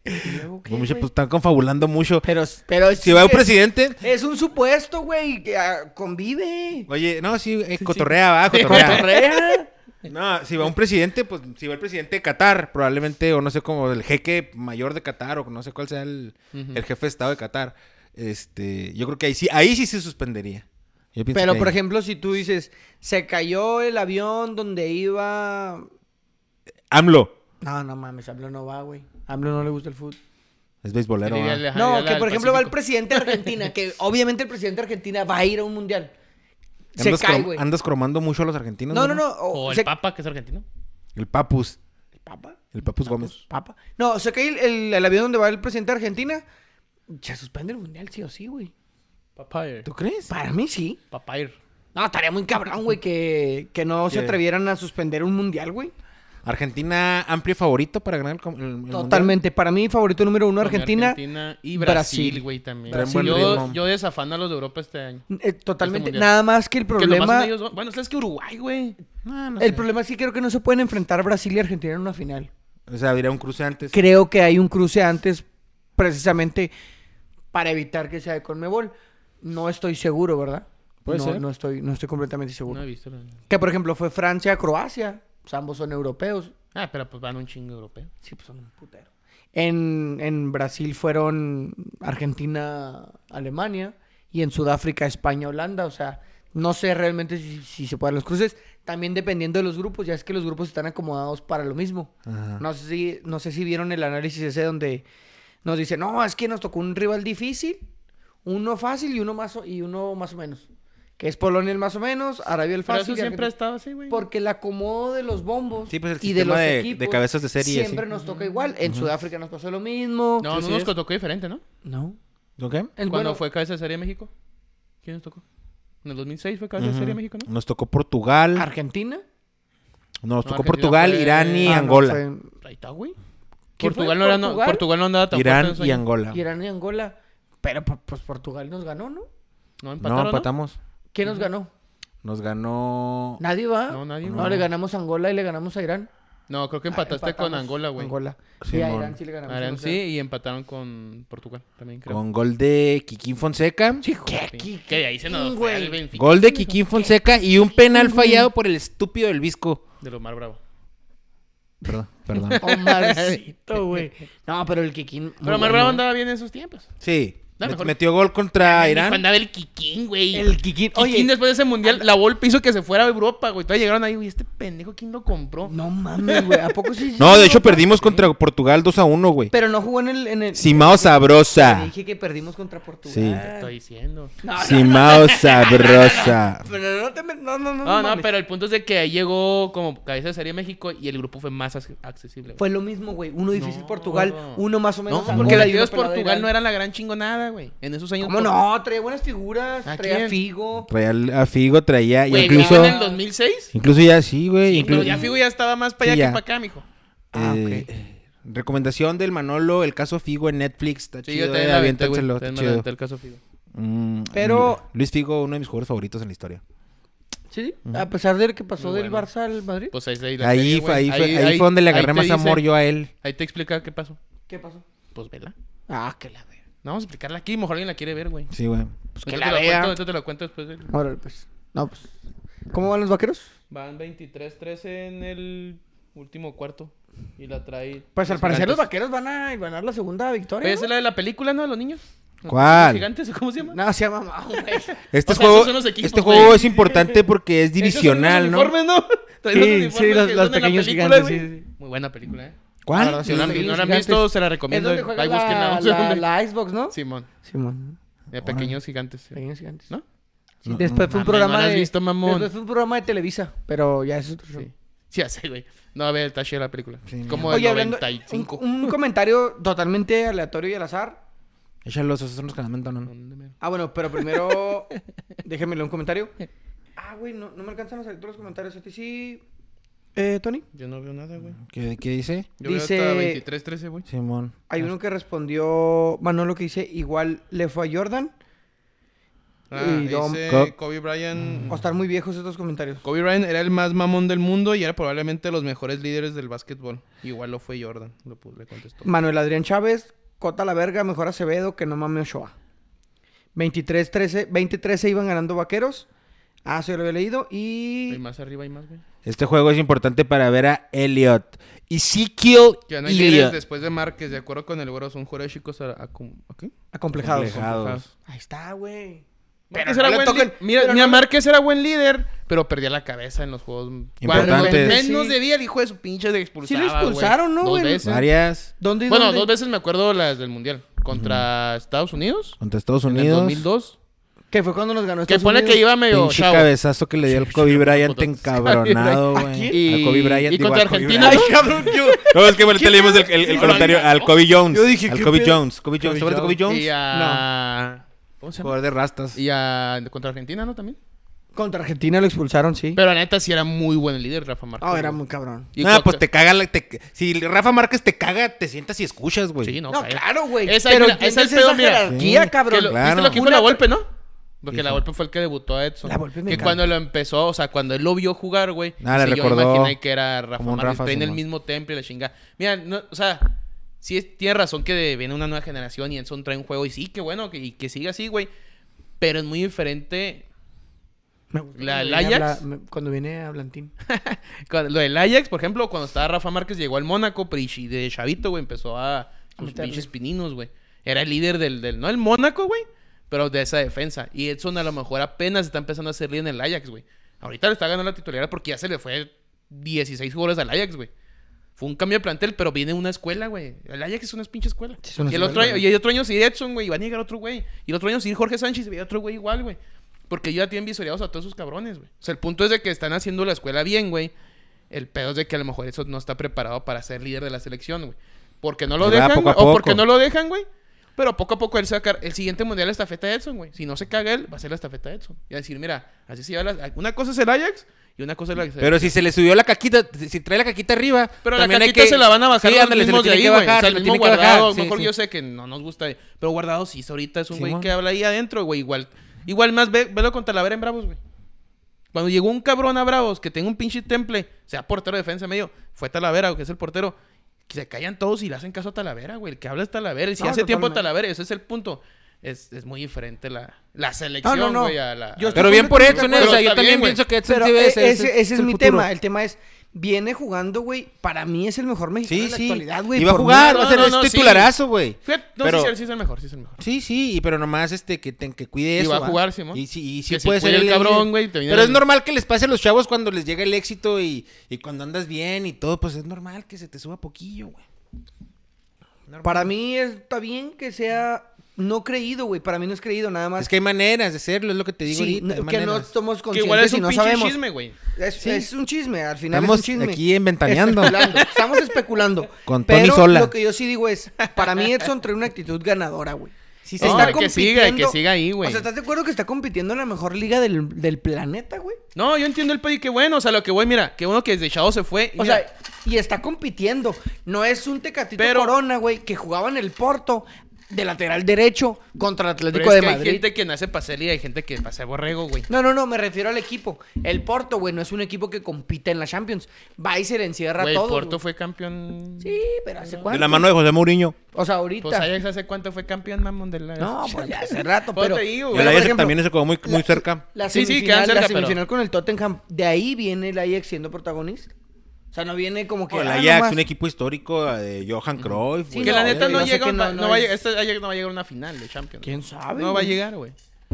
luego qué, Como mucho, güey? pues están confabulando mucho. Pero, pero Si va un es- presidente, Es un supuesto, güey. que, ah, convive. oye, no, sí, eh, cotorrea, va, cotorrea. (laughs) Cotorrea. No, si va un presidente, pues si va el presidente de Qatar, probablemente, o no sé cómo, el jeque mayor de Qatar, o no sé cuál sea el, el jefe de Estado de Qatar. Este, yo creo que ahí sí, ahí sí se suspendería. Yo pienso Pero, que por ahí- ejemplo, si tú dices, se cayó el avión donde iba. AMLO No, no mames, AMLO no va, güey. AMLO no le gusta el fútbol. es beisbolero. le ¿va? diría al- le No, diría que al por ejemplo va el Pacífico. (laughs) presidente de Argentina, que obviamente el presidente de Argentina va a ir a un mundial. Se Andas, cae, crom- güey. andas cromando mucho a los argentinos. No, no, no. o o el se- Papa, que es argentino. El Papus. ¿El Papa? El Papus Gómez. Papa. No, se cae el, el- el avión donde va el presidente de Argentina. Se suspende el mundial, sí o sí, güey. Papayr. ¿Tú crees? Para mí sí. Papayr. No, estaría muy cabrón, güey, que, que no se ¿Qué? atrevieran a suspender un mundial, güey. Argentina amplio favorito para ganar el, com- el- el Mundial. Totalmente. Para mí, favorito número uno, Argentina. Argentina y Brasil. Brasil, güey, también. Traen buen Yo, ritmo. yo desafano a los de Europa este año. eh, totalmente. Este mundial. Nada más que el Que nomás son problema. ellos dos. Bueno, sabes que Uruguay, güey. Ah, No, no El sé. problema es que creo que no se pueden enfrentar Brasil y Argentina en una final. O sea, habría un cruce antes. creo que hay un cruce antes precisamente para evitar que sea de Conmebol. No estoy seguro, ¿verdad? Puede no, ser. no estoy, no estoy completamente seguro. No he visto. la- Que por ejemplo fue Francia, Croacia. Pues, ambos son europeos. Ah, pero pues van un chingo europeo. Sí, pues son un putero. En, en Brasil fueron Argentina, Alemania. Y en Sudáfrica, España, Holanda. O sea, no sé realmente si, si se pueden los cruces. También dependiendo de los grupos, ya es que los grupos están acomodados para lo mismo. Ajá. No sé, si, no sé si vieron el análisis ese donde nos dice, no, es que nos tocó un rival difícil, uno fácil y uno más o, y uno más o menos. Que es Polonia el más o menos, Arabia el Pero fácil. eso y siempre ha Argentina- estado así, güey. Porque el acomodo de los bombos Sí, pues, el y de sistema los de- equipos de cabezas de serie, siempre sí. nos toca igual. En Sudáfrica nos pasó lo mismo. No, no nos tocó diferente, ¿no? No. ¿Ok? El- Cuando bueno, fue cabeza de serie México. ¿Quién nos tocó? En el 2006 fue cabeza de Ujú. serie México, ¿no? Nos tocó Portugal. Argentina. No, nos No, tocó Argentina Portugal, fue- Irán y Ah, no, Angola. fue Ahí está, güey. ¿Quién Portugal fue? no, era, no- ¿Portugal? Portugal no andaba tan Irán fuerte en y su año. Angola. Irán y Angola. Pero po- pues Portugal nos ganó, ¿no? No No, empataron, ¿no? empatamos. ¿Quién nos ganó? Nos ganó. Nadie va. No, nadie No, va. le ganamos a Angola y le ganamos a Irán. No, creo que Ah, empataste con Ah, Empatamos Angola, güey. Angola. Sí, y a mon. Irán sí le ganamos. Irán 1-0. sí, y empataron con Portugal también, creo. Con gol de Kikín Fonseca. Sí. Que de ahí se nos fue güey. el Benfica Gol de Kikín Fonseca y un penal fallado por el estúpido del Visco. de lo más bravo. (laughs) Perdón, perdón. (laughs) Omarcito, güey. No, pero el Kikín. Pero Omar Bravo andaba bien en esos tiempos. Sí. Da met- mejor. Metió gol contra Cuando Irán. andaba el Kikín, güey. El Kikín. Kikín Oye, después de ese mundial, la Volpe hizo que se fuera a Europa, güey. Todavía llegaron ahí, güey. Este pendejo, ¿quién lo compró? no mames, güey. ¿A poco sí? No, de hecho perdimos contra Portugal 2 a 1, güey. Pero no jugó en el. En el... Simao Te Sabrosa. dije que perdimos contra Portugal. ah. Sí. Te estoy diciendo. No, no, Simao Sabrosa. pero no te. me- No, no, no. Ah, No, no, mames. pero el punto es de que ahí llegó como cabeza de serie México y el grupo fue más ac- accesible. güey. Fue lo mismo, güey. Uno difícil No. Portugal, uno más o menos. No, Angola porque y la uno Dios pelado de Portugal no Irán. era la gran chingonada, güey. En esos años. ¿Cómo no? Traía buenas figuras. ¿A Traía quién? Figo. Traía al- a Figo, traía. y Güey, incluso. ¿no? en el 2006. Incluso ya sí, güey. Pero inclu- ya Figo ya estaba más Sí, para allá ya. que para acá, mijo. Ah, Eh, ok. Recomendación del Manolo, el caso Figo en Netflix. Está Sí, chido, yo también eh, la aventé, güey. aviéntenselo, También está me chido. la aventé el caso Figo. Mm, Pero- Lu- Luis Figo, uno de mis jugadores favoritos en la historia. Sí, a pesar de que pasó ¿Mm? Muy del bueno. Barça al Madrid. Pues ahí, ahí la serie, Ahí, güey. fue, ahí, fue, ahí fue donde le ahí agarré te más dice- amor yo a él. Ahí te explica qué pasó. ¿Qué pasó? Pues vela. Ah, que la vea. No, vamos a explicarla aquí. Mejor alguien la quiere ver, güey. Sí, güey. Pues que Ahorita la te lo vea. cuento, ahorita te lo cuento después. del- Ahora, pues. No, pues. ¿Cómo van los vaqueros? Van 23-3 en el último cuarto. Y la trae. Pues al los parecer los gigantes. vaqueros van a ganar la segunda victoria. Pues esa es la de la película, ¿no? De los niños. ¿Los ¿Cuál? gigantes o cómo se llama? ¿no? No, se llama mamá, güey. Este, O sea, juego, esos son los equipos, este güey. juego es importante porque es Esos son los divisional, ¿no? uniformes, ¿no? (laughs) Traen los Sí, uniformes sí, que los, usan los en la pequeños película, gigantes. güey. sí, sí. Muy buena película, ¿eh? La ¿Cuál? verdad, Si no, la- los si no la han gigantes. visto, se la Es recomiendo. donde juega Ahí la, búsquenla, la- Ah. búsquenla. la Xbox, ¿no? Simón. Simón. De pequeños gigantes. sí. Pequeños gigantes. ¿No? Sí, No, después fue Mames, un programa no la has de. visto, mamón. Después fue un programa de Televisa, pero ya es otro show. Sí. Sí, así, güey. No, a ver, el tache de la película. Sí, Como Oye, el hablando. 95. Un, un comentario totalmente aleatorio y al azar. Échalos, esos son los que me mentan. ¿Dónde me- Ah, bueno, pero (laughs) primero. déjenmelo un comentario. Ah, güey, no, no me alcanzan a salir todos los comentarios. ¿A ti sí? Eh, Tony. Yo no veo nada, güey. ¿Qué, ¿Qué dice? Yo Dice- veo hasta 23-13, güey. Simón. Hay uno que respondió Manolo que dice: Igual le fue a Jordan. Ah, Y Dom- Mm. dice Co- Kobe Bryant. O están muy viejos estos comentarios. Kobe Bryant era el más mamón del mundo y era probablemente de los mejores líderes del básquetbol. Igual lo fue Jordan, lo pu- le contestó. Manuel Adrián Chávez, Cota la verga, mejor Acevedo que no mame Ochoa. 23-13, 20-13 iban ganando vaqueros. Ah, eso ya lo había leído. Hay Y. más arriba, hay más, güey. Este juego es importante para ver a Elliot. Ezekiel Ya no hay líderes Elliot. después de Márquez, de acuerdo con el güero, son chicos a, a, cum- ¿a qué? Acomplejados. Compleja- Acomplejados. Ahí está, güey. Márquez no era le buen toquen- li- Mira, pero mira, no le- Márquez era buen líder, pero perdía la cabeza en los juegos. Cuando Importantes. menos Sí. debía el hijo de su pinche de expulsar. expulsaron, ¿no, Dos güey? veces. Varias. ¿Dónde y Bueno, dónde? dos veces me acuerdo las del Mundial. Contra Estados Unidos. Contra Estados En el Unidos. 2002. Que fue cuando nos ganó Que Estados pone que Unidos. iba medio Pinche oh, chavo. cabezazo que le dio al Kobe Bryant (laughs) encabronado, ¿A güey. quién? Y- A Kobe Bryant. y digo, contra a Kobe (laughs) Argentina, Bryant. (laughs) ¿no? Cabrón, yo. No, es que ahorita leímos el, el- el No, comentario no, no. al Kobe Jones. Yo dije, al ¿qué Kobe pedo? Jones. Kobe Jones. ¿Te acuerdas de Kobe Y Jones? a... ¿Cómo se llama? Jugador de rastas. Y a... Contra Argentina, ¿no? También. Contra Argentina lo expulsaron, sí. Pero la neta sí era muy buen líder Rafa Márquez. Ah, era güey. muy cabrón. Y ah, Coca- pues te caga. la- te- si Rafa Márquez te caga, te sientas y escuchas, güey. Sí, no, No, cállate. claro, güey. Esa- Pero mira, esa entiendes es el pedo, esa mira. jerarquía, Sí. cabrón. Que lo- Claro. ¿Viste lo que hizo Una- la golpe, no? Porque la Hijo. golpe fue el que debutó a Edson. La Volpe me que encanta. cuando lo empezó, o sea, cuando él lo vio jugar, güey. Ah, le sí, recordó Yo imaginé que era Rafa como un Márquez. Rafa, Traen el Simón. mismo temple y la chingada. Mira, no, o sea, sí es- tiene razón que viene una nueva generación y Edson trae un juego. Y sí, qué bueno, que, y que siga así, güey. Pero es muy diferente Me gusta La- cuando la viene a Ajax. Bla- me- Cuando viene a Blantín. Cuando- Lo del Ajax, por ejemplo, cuando estaba Rafa Márquez, llegó al Mónaco, pero y chi- de Chavito, güey, empezó a sus meterle. pinches pininos, güey. Era el líder del, del no el Mónaco, güey, pero de esa defensa. Y Edson a lo mejor apenas está empezando a ser líder en el Ajax, güey. Ahorita le está ganando la titularidad porque ya se le fue 16 jugadores al Ajax, güey. Fue un cambio de plantel, pero viene una escuela, güey. El Ajax es una pinche escuela. Sí, es una y, el otro escuela, año, y el otro año sí Edson, güey, y van a llegar otro güey. Y el otro año sí Jorge Sánchez y va a llegar otro güey igual, güey. Porque ya tienen visoreados a todos esos cabrones, güey. O sea, el punto es de que están haciendo la escuela bien, güey. El pedo es de que a lo mejor eso no está preparado para ser líder de la selección, güey. Porque no lo Ahí va, dejan, poco a güey, o porque poco. no lo dejan, güey. Pero poco a poco él sacar el siguiente mundial la estafeta de Edson, güey. Si no se caga él, va a ser la estafeta de Edson. Y a decir, mira, así se lleva la... Una cosa es el Ajax y una cosa es la... Pero si se le subió la caquita, si trae la caquita arriba. Pero la también hay caquita que- se la van a bajar Sí, los ándale, se le mismos de tiene ahí, que güey. O bajar. sea, Se el le mismo tiene que bajar. guardado. sí, mejor sí. yo sé que no nos gusta. Pero guardado sí, ahorita es un güey Simón. que habla ahí adentro, güey. Igual, igual más ve, velo con Talavera en Bravos, güey. Cuando llegó un cabrón a Bravos que tenga un pinche temple, sea portero de defensa medio, fue Talavera, que es el portero. Que se callan todos y le hacen caso a Talavera, güey. El que habla es Talavera. Y si No, hace tiempo totalmente. Talavera, ese es el punto. Es, es muy diferente la, la No, selección, no, no. güey, a la. Yo a la- Pero bien por Edson, Pero ¿eh? o sea, está yo también bien, güey. pienso que Edson Pero (laughs) sí e- debe ese, ser- ese es, el mi futuro. tema. El tema es, viene jugando, güey. Para mí es el mejor mexicano Sí, en la sí. actualidad, güey. Iba a por jugar, mucho. va a ser No, es no, no, sí. titularazo, güey. Fíjate, no, Pero- sí, sí, sí es el mejor, sí es el mejor. Sí, sí, y- pero nomás este que, ten- que cuide Y eso. va a ¿va? jugar, Simón. Y sí, y sí Que si puede ser cuida el cabrón, güey, te viene Pero es el- normal que les pase a los chavos cuando les llega el éxito y, y cuando andas bien y todo, pues es normal que se te suba poquillo, güey. Para mí está bien que sea no creído, güey. Para mí no es creído, nada más. Es que hay maneras de hacerlo, es lo que te digo Sí, ahorita. no- hay que no maneras. somos Que igual es conscientes un y no pinche sabemos. chisme, güey. Es, es un chisme, al final Estamos es un chisme. aquí en Ventaneando. Especulando, (laughs) Estamos especulando. Con Tony Pero Sola. Lo que yo sí digo es, para mí Edson trae una actitud ganadora, güey. Sí, No, está de que siga, de que siga ahí, güey. O sea, ¿estás de acuerdo que está compitiendo en la mejor liga del, del planeta, güey? No, yo entiendo el pedo y qué bueno. O sea, lo que voy, mira, que uno que desde Chavo se fue. y O mira, sea, y está compitiendo. No es un Tecatito Pero- Corona, güey, que jugaba en el Porto de lateral derecho contra el Pero Atlético es de que hay Madrid. gente que nace pastel y hay gente que pasa borrego, (laughs) güey. No, no, no, me refiero al equipo. El Porto, güey, no es un equipo que compita en la Champions. Va y se le encierra Güey, todo. Porto güey. fue campeón. Sí, pero ¿hace cuánto? De la mano de José Mourinho. O sea, ahorita. Pues Ajax hace cuánto fue campeón, mamón, de la... No, pues ya (laughs) hace rato, Pues pero... te Y digo, güey. el pero, por Ajax ejemplo, también se quedó muy, muy cerca. La Sí, sí, semifinal, quedan cerca, la pero- semifinal con el Tottenham, de ahí viene el Ajax siendo protagonista. O sea, no viene como que... El ah, Ajax, nomás. un equipo histórico eh, de Johan Cruyff. Sí, güey. Que la no, neta yo no sé llega, que un- no, no, no va a es- llegar- este Ajax no va a llegar a una final de Champions. ¿Quién sabe, No va a güey? llegar, güey. O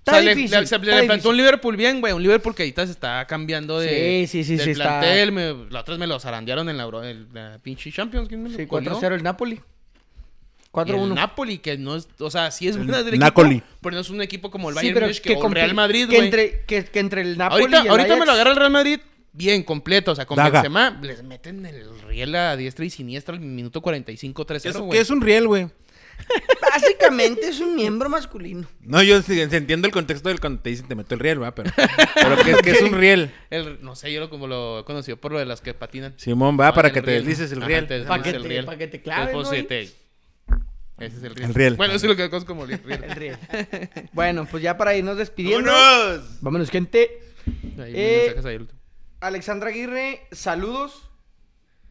Está sea, le- difícil, le, se- le está plantó un difícil. Liverpool bien, güey. Un Liverpool que ahorita se está cambiando de. Sí, sí, sí, del sí, está. plantel. Me- la otra vez me lo zarandearon en la, Euro- en la pinche Champions. ¿Quién me lo Sí, comió? 4-0 el Napoli. Y El 4-1. Napoli, que no es. O sea, sí es buena del Napoli. equipo. Pero no es un equipo como el Sí, Bayern pero Múnich que, o el compi- Real Madrid, que güey. entre, que, que entre el Napoli Ahorita, y el ahorita me Ajax- lo agarra el Real Madrid bien completo. O sea, con Daga. Benzema les meten el riel a diestra y siniestra al minuto 45 3 Que es- 0 que güey. es un riel, güey. (laughs) Básicamente es un miembro masculino. No, yo sí, entiendo el contexto del cuando te dicen te meto el riel, va, pero, (laughs) pero que, que es un riel. El- no sé, yo lo, como lo he conocido por lo de las que patinan. Simón, va, para el que te riel. deslices el Ajá, riel. te deslices Pa' que el te- riel. pa' que te claves, Entonces, ¿no? sí, te- Pues, Ese es el riel. El riel. Bueno, eso es lo que conozco como el riel. El (laughs) riel. bueno, pues ya para irnos despidiendo. ¡Vámonos! Vámonos, gente. Ahí, Eh, mensajes ahí, el último. Alexandra Aguirre, saludos.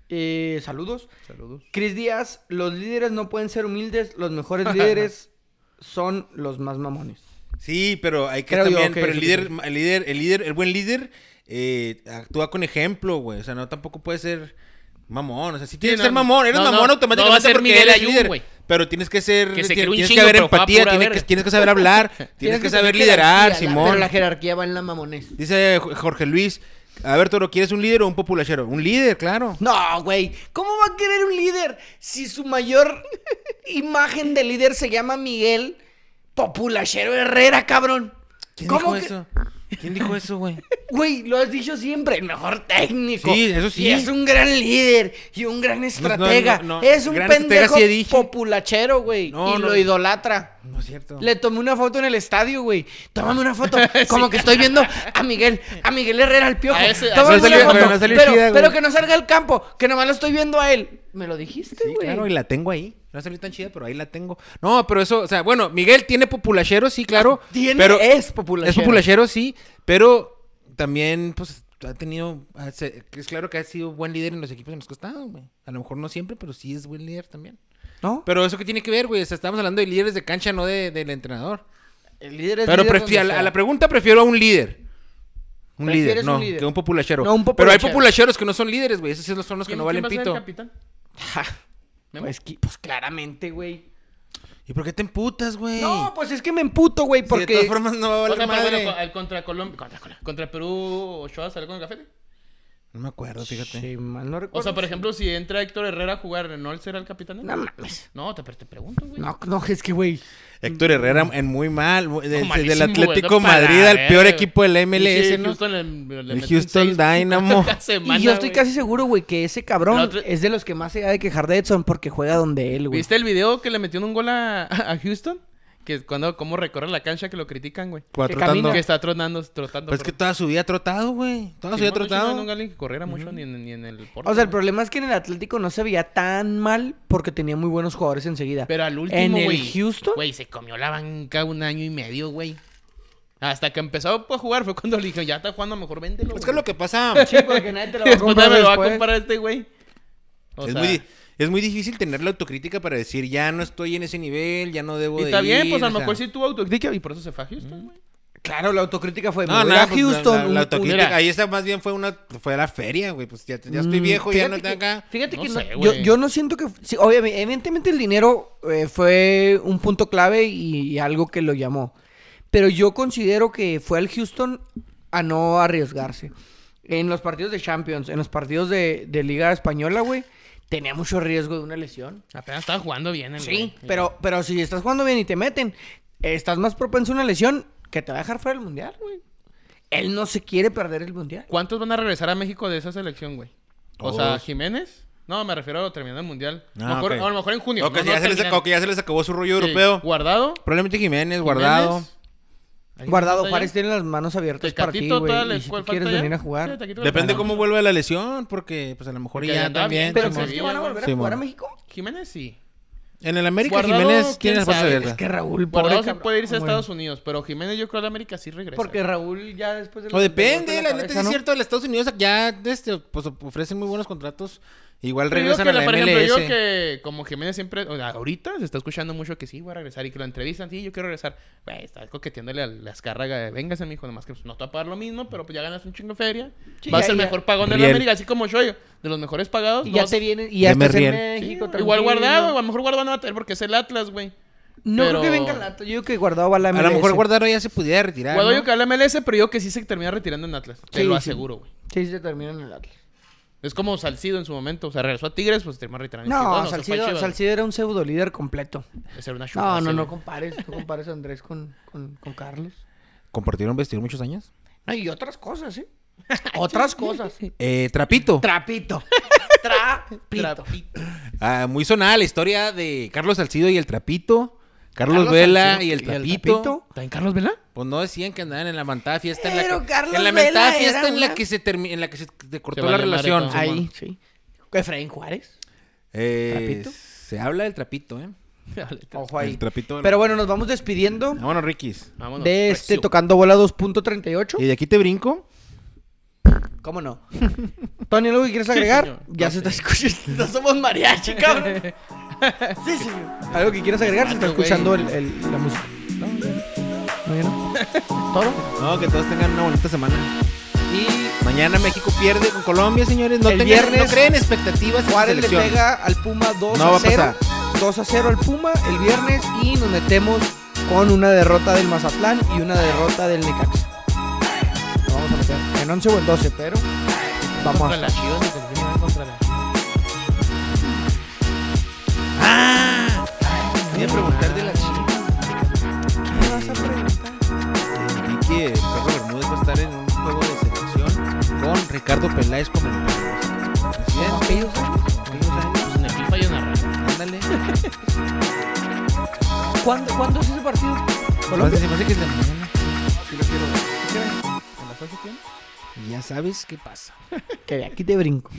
Eh, saludos. Saludos. Cris Díaz, los líderes no pueden ser humildes, los mejores (laughs) líderes son los más mamones. Sí, pero hay que Creo yo también, que pero el eso sí líder, el líder, el líder, el buen líder eh, actúa con ejemplo, güey. O sea, no tampoco puede ser mamón. O sea, si tienes no, que ser mamón, eres no, no, mamón no va a automáticamente ser porque Miguel eres Ayun, líder. güey. Pero tienes que ser, Que tienes, se cree un tienes chingo, que haber pero juega empatía, pura tienes que, verga. tienes que saber (laughs) hablar, tienes que tener saber jerarquía, liderar, la- Simón. Pero la jerarquía va en la mamones. Dice Jorge Luis, a ver, Toro, ¿quieres un líder o un populachero? Un líder, claro. No, güey. ¿Cómo va a querer un líder si su (laughs) mayor imagen de líder se llama Miguel Populachero Herrera, cabrón? ¿Quién dijo ¿Cómo que- eso? ¿Quién dijo eso, (laughs) güey? Güey, lo has dicho siempre, el mejor técnico. Sí, eso sí. Y es un gran líder y un gran estratega. no, no. Es un Gran estratega pendejo sí he dicho. populachero, güey. No, y no. lo idolatra. No es cierto. Le tomé una foto en el estadio, güey. Tómame (laughs) una foto. Como que estoy viendo a Miguel, a Miguel Herrera al piojo. A ese- a Tómame ese una salió- foto. pero no salió pero, chida, güey. pero que no salga al campo, que nomás lo estoy viendo a él. Me lo dijiste, Sí, güey. claro, y la tengo ahí. No salió tan chida, pero ahí la tengo. No, pero eso, o sea, bueno, Miguel tiene populacheros, sí, claro. (laughs) Tiene- pero es populachero. Es populachero, sí, pero también, pues, ha tenido, ha- se- es claro que ha sido buen líder en los equipos en los que ha estado, güey. A lo mejor no siempre, pero sí es buen líder también. ¿No? Pero eso que tiene que ver, güey, o sea, estamos hablando de líderes de cancha, no de- del entrenador. El líder es Pero líder prefi- a, donde la, sea. a la pregunta prefiero a un líder. Un ¿Prefieres líder, un no, líder? que un populachero. No, un Pero hay populachero. populacheros que no son líderes, güey. Esos sí son los que no valen ¿Quién va a ser el pito. capitán? Ja, (laughs) Pues, que- pues claramente, güey. ¿Y por qué te emputas, güey? No, pues es que me emputo, güey, Si de porque... todas formas no va a O valer sea, pero madre. bueno, co- al contra Colombia, contra, Colombia- contra Perú, Ochoa sale con el café. No me acuerdo, fíjate. Sí, mal no recuerdo. O sea, por ejemplo, si entra Héctor Herrera a jugar, ¿no él será el capitán? No mames. No, te, pero te pregunto, güey. No, no, es que, güey. Héctor Herrera en muy mal. muy- de- malísimo, del güey, Atlético anda para Madrid la al peor verga, equipo del MLS, Pinche ¿no? Houston le- le El meten Houston seis Dynamo. (laughs) cada semana, Y yo estoy güey. casi seguro, güey, que ese cabrón La otra- es de los que más se ha de quejar de Edson porque juega donde él, güey. ¿Viste el video que le metieron un gol a, a Houston? Que cuando, cómo recorre la cancha que lo critican, güey. Cuatro camina. trotando. Que está trotando, trotando. Pues es que toda su vida ha trotado, güey. Toda su vida ha No trotado. era alguien que corriera mucho ni, en, ni en el Porto, O sea, el güey. problema es que en el Atlético no se veía tan mal porque tenía muy buenos jugadores enseguida. Pero al último, En el güey. Houston. Güey, se comió la banca un año y medio, güey. Hasta que empezó pues, a jugar fue cuando le dijeron, ya está jugando, mejor véndelo. Es que güey". lo que (laughs) pasa. Sí, porque nadie te lo va a Después comprar me lo va a después. comprar este güey. O es, sea, muy di- es muy difícil tener la autocrítica para decir, ya no estoy en ese nivel, ya no debo Y de está bien, ir", pues a lo o sea. mejor sí tuvo autocrítica y por eso se fue a Houston, güey. Claro, la autocrítica fue. No, No, no, a pues, la- Houston. la- la, un- autocrítica. Mira. Ahí está, más bien fue una fue la feria, güey. Pues ya, ya estoy Mm, viejo, ya no fíjate tengo que- acá. Fíjate No que sé, no, yo, güey. yo no siento que. Sí, obviamente, evidentemente el dinero eh, fue un punto clave y, y algo que lo llamó. Pero yo considero que fue al Houston a no arriesgarse. En los partidos de Champions, en los partidos de, de Liga Española, güey, tenía mucho riesgo de una lesión. Mm. Apenas estaba jugando bien el Sí, güey. pero, pero si estás jugando bien y te meten, estás más propenso a una lesión que te va a dejar fuera del mundial, güey. Él no se quiere perder el mundial. ¿Cuántos van a regresar a México de esa selección, güey? O Todos. sea, Jiménez. No, me refiero a terminar el mundial. Ah, Mejor- ok. A lo mejor en junio. O que no, ya no se les terminando. acabó- que ya se les acabó su rollo Sí, europeo. Guardado. Probablemente Jiménez, guardado. Jiménez, Ahí Guardado está ya. Juárez tiene las manos abiertas para ti, Tecatito toda la güey. Y Si tú escuela quieres falta ya. venir a Sí, jugar. Tecatito Depende falta. cómo vuelva la lesión, porque pues a lo mejor Porque ya andaba también. bien, Pero Simón. ¿crees que van a volver a Simón. jugar a México? Jiménez sí. En el América Guardado, Jiménez tiene quién las puertas sabe, abiertas. Es que Raúl, pobre Guardado sí cabrón, puede irse a güey. Estados Unidos, pero Jiménez yo creo que América sí regresa. Porque Raúl ya después de... O depende, de la cabeza, neta es ¿no? cierto, el Estados Unidos ya este, pues, ofrecen muy buenos contratos. Igual Pero yo regresan que a la la- por MLS. ejemplo, yo que como Jiménez siempre, o sea, ahorita se está escuchando mucho que sí, voy a regresar y que lo entrevistan, sí, yo quiero regresar. Güey, está coqueteándole a la escárraga de véngase, mijo, nomás que pues, no te va a pagar lo mismo, pero pues ya ganas un chingo de feria. Sí, Vas ya- el ya. mejor pagón de la Riel. América, así como yo, de los mejores pagados. Y ya no- te vienen... Y ya Ya me estás en ríen. Sí, México, igual tranquilo. guardado, a lo mejor guardado no va a tener porque es el Atlas, güey. No pero- creo que venga Lato. Yo digo que guardado va a la A lo mejor guardado... Guardaro ya se pudiera retirar. Guardado ¿no? yo que habla MLS, pero yo que sí se termina retirando en Atlas. Te Sí, lo sí. aseguro, güey. Sí, se termina en el Atlas. Es como Salcido en su momento. O sea, regresó a Tigres, pues se terminó retirando en No, Chivas. se fue a Salcido, Chivas. Salcido era un pseudo líder completo. Esa era una No, chulada, no, sí, no güey. compares. No compares a Andrés con, con, con Carlos. ¿Compartieron vestido muchos años? No, y otras cosas, (laughs) ¿eh? Otras cosas. Eh, Trapito. Trapito. Trapito. Trapito. Ah, muy sonada la historia de Carlos Salcido y el Trapito. Carlos, Carlos Vela Salcido y el y el Trapito. Trapito. ¿Está en Carlos Vela? Pues no decían que andaban en la mentada fiesta en Pero la que, Carlos en la mentada Vela fiesta era en la una- que se termi- en la que se te cortó Se la vale madre relación. con- (laughs) Ahí, sí. Efraín Juárez. Eh, ¿Trapito? se habla del Trapito, ¿eh? Ojo ahí. Trapito. Pero bueno, nos vamos despidiendo Vámonos, Ah, Rikis. Vámonos. de este Recio. Tocando Bola Y 2.38. de aquí te brinco. ¿Cómo no? (laughs) Tony, ¿algo que quieres agregar? señor. ya No, se está escuchando. No somos mariachi, cabrón. (laughs) Sí, señor. ¿Algo que quieras agregar? Se está Vato, güey. escuchando el, el- la música. No, ya no. No, ya no. ¿Todo? No, que todos tengan una bonita semana. Y Mañana México pierde con Colombia, señores. No, El tengan, viernes, no creen expectativas. en su Juárez le selección. pega al Puma 2 No va a a 0. pasar. 2 a 0 al Puma el viernes y nos metemos con una derrota del Mazatlán y una derrota del Necaxa. Lo Vamos a meter en 11 o en 12, pero vamos Contra a la Chivas, desde el primer contra la Chivas. Ah, voy a preguntar de la chica. ¿Qué vas a preguntar? Vi que Paco Bermúdez va a estar en un juego de selección con Ricardo Peláez como el ¿Cómo Presidente, aquellos años? aquellos años, Pues en aquí falló una rama. ándale. ¿Cuándo, cuándo es ese partido? Colombia. (laughs) Colombia. Se me hace que es de mañana. ¿En las once quién? Y Ya sabes qué pasa. Que de aquí te brinco.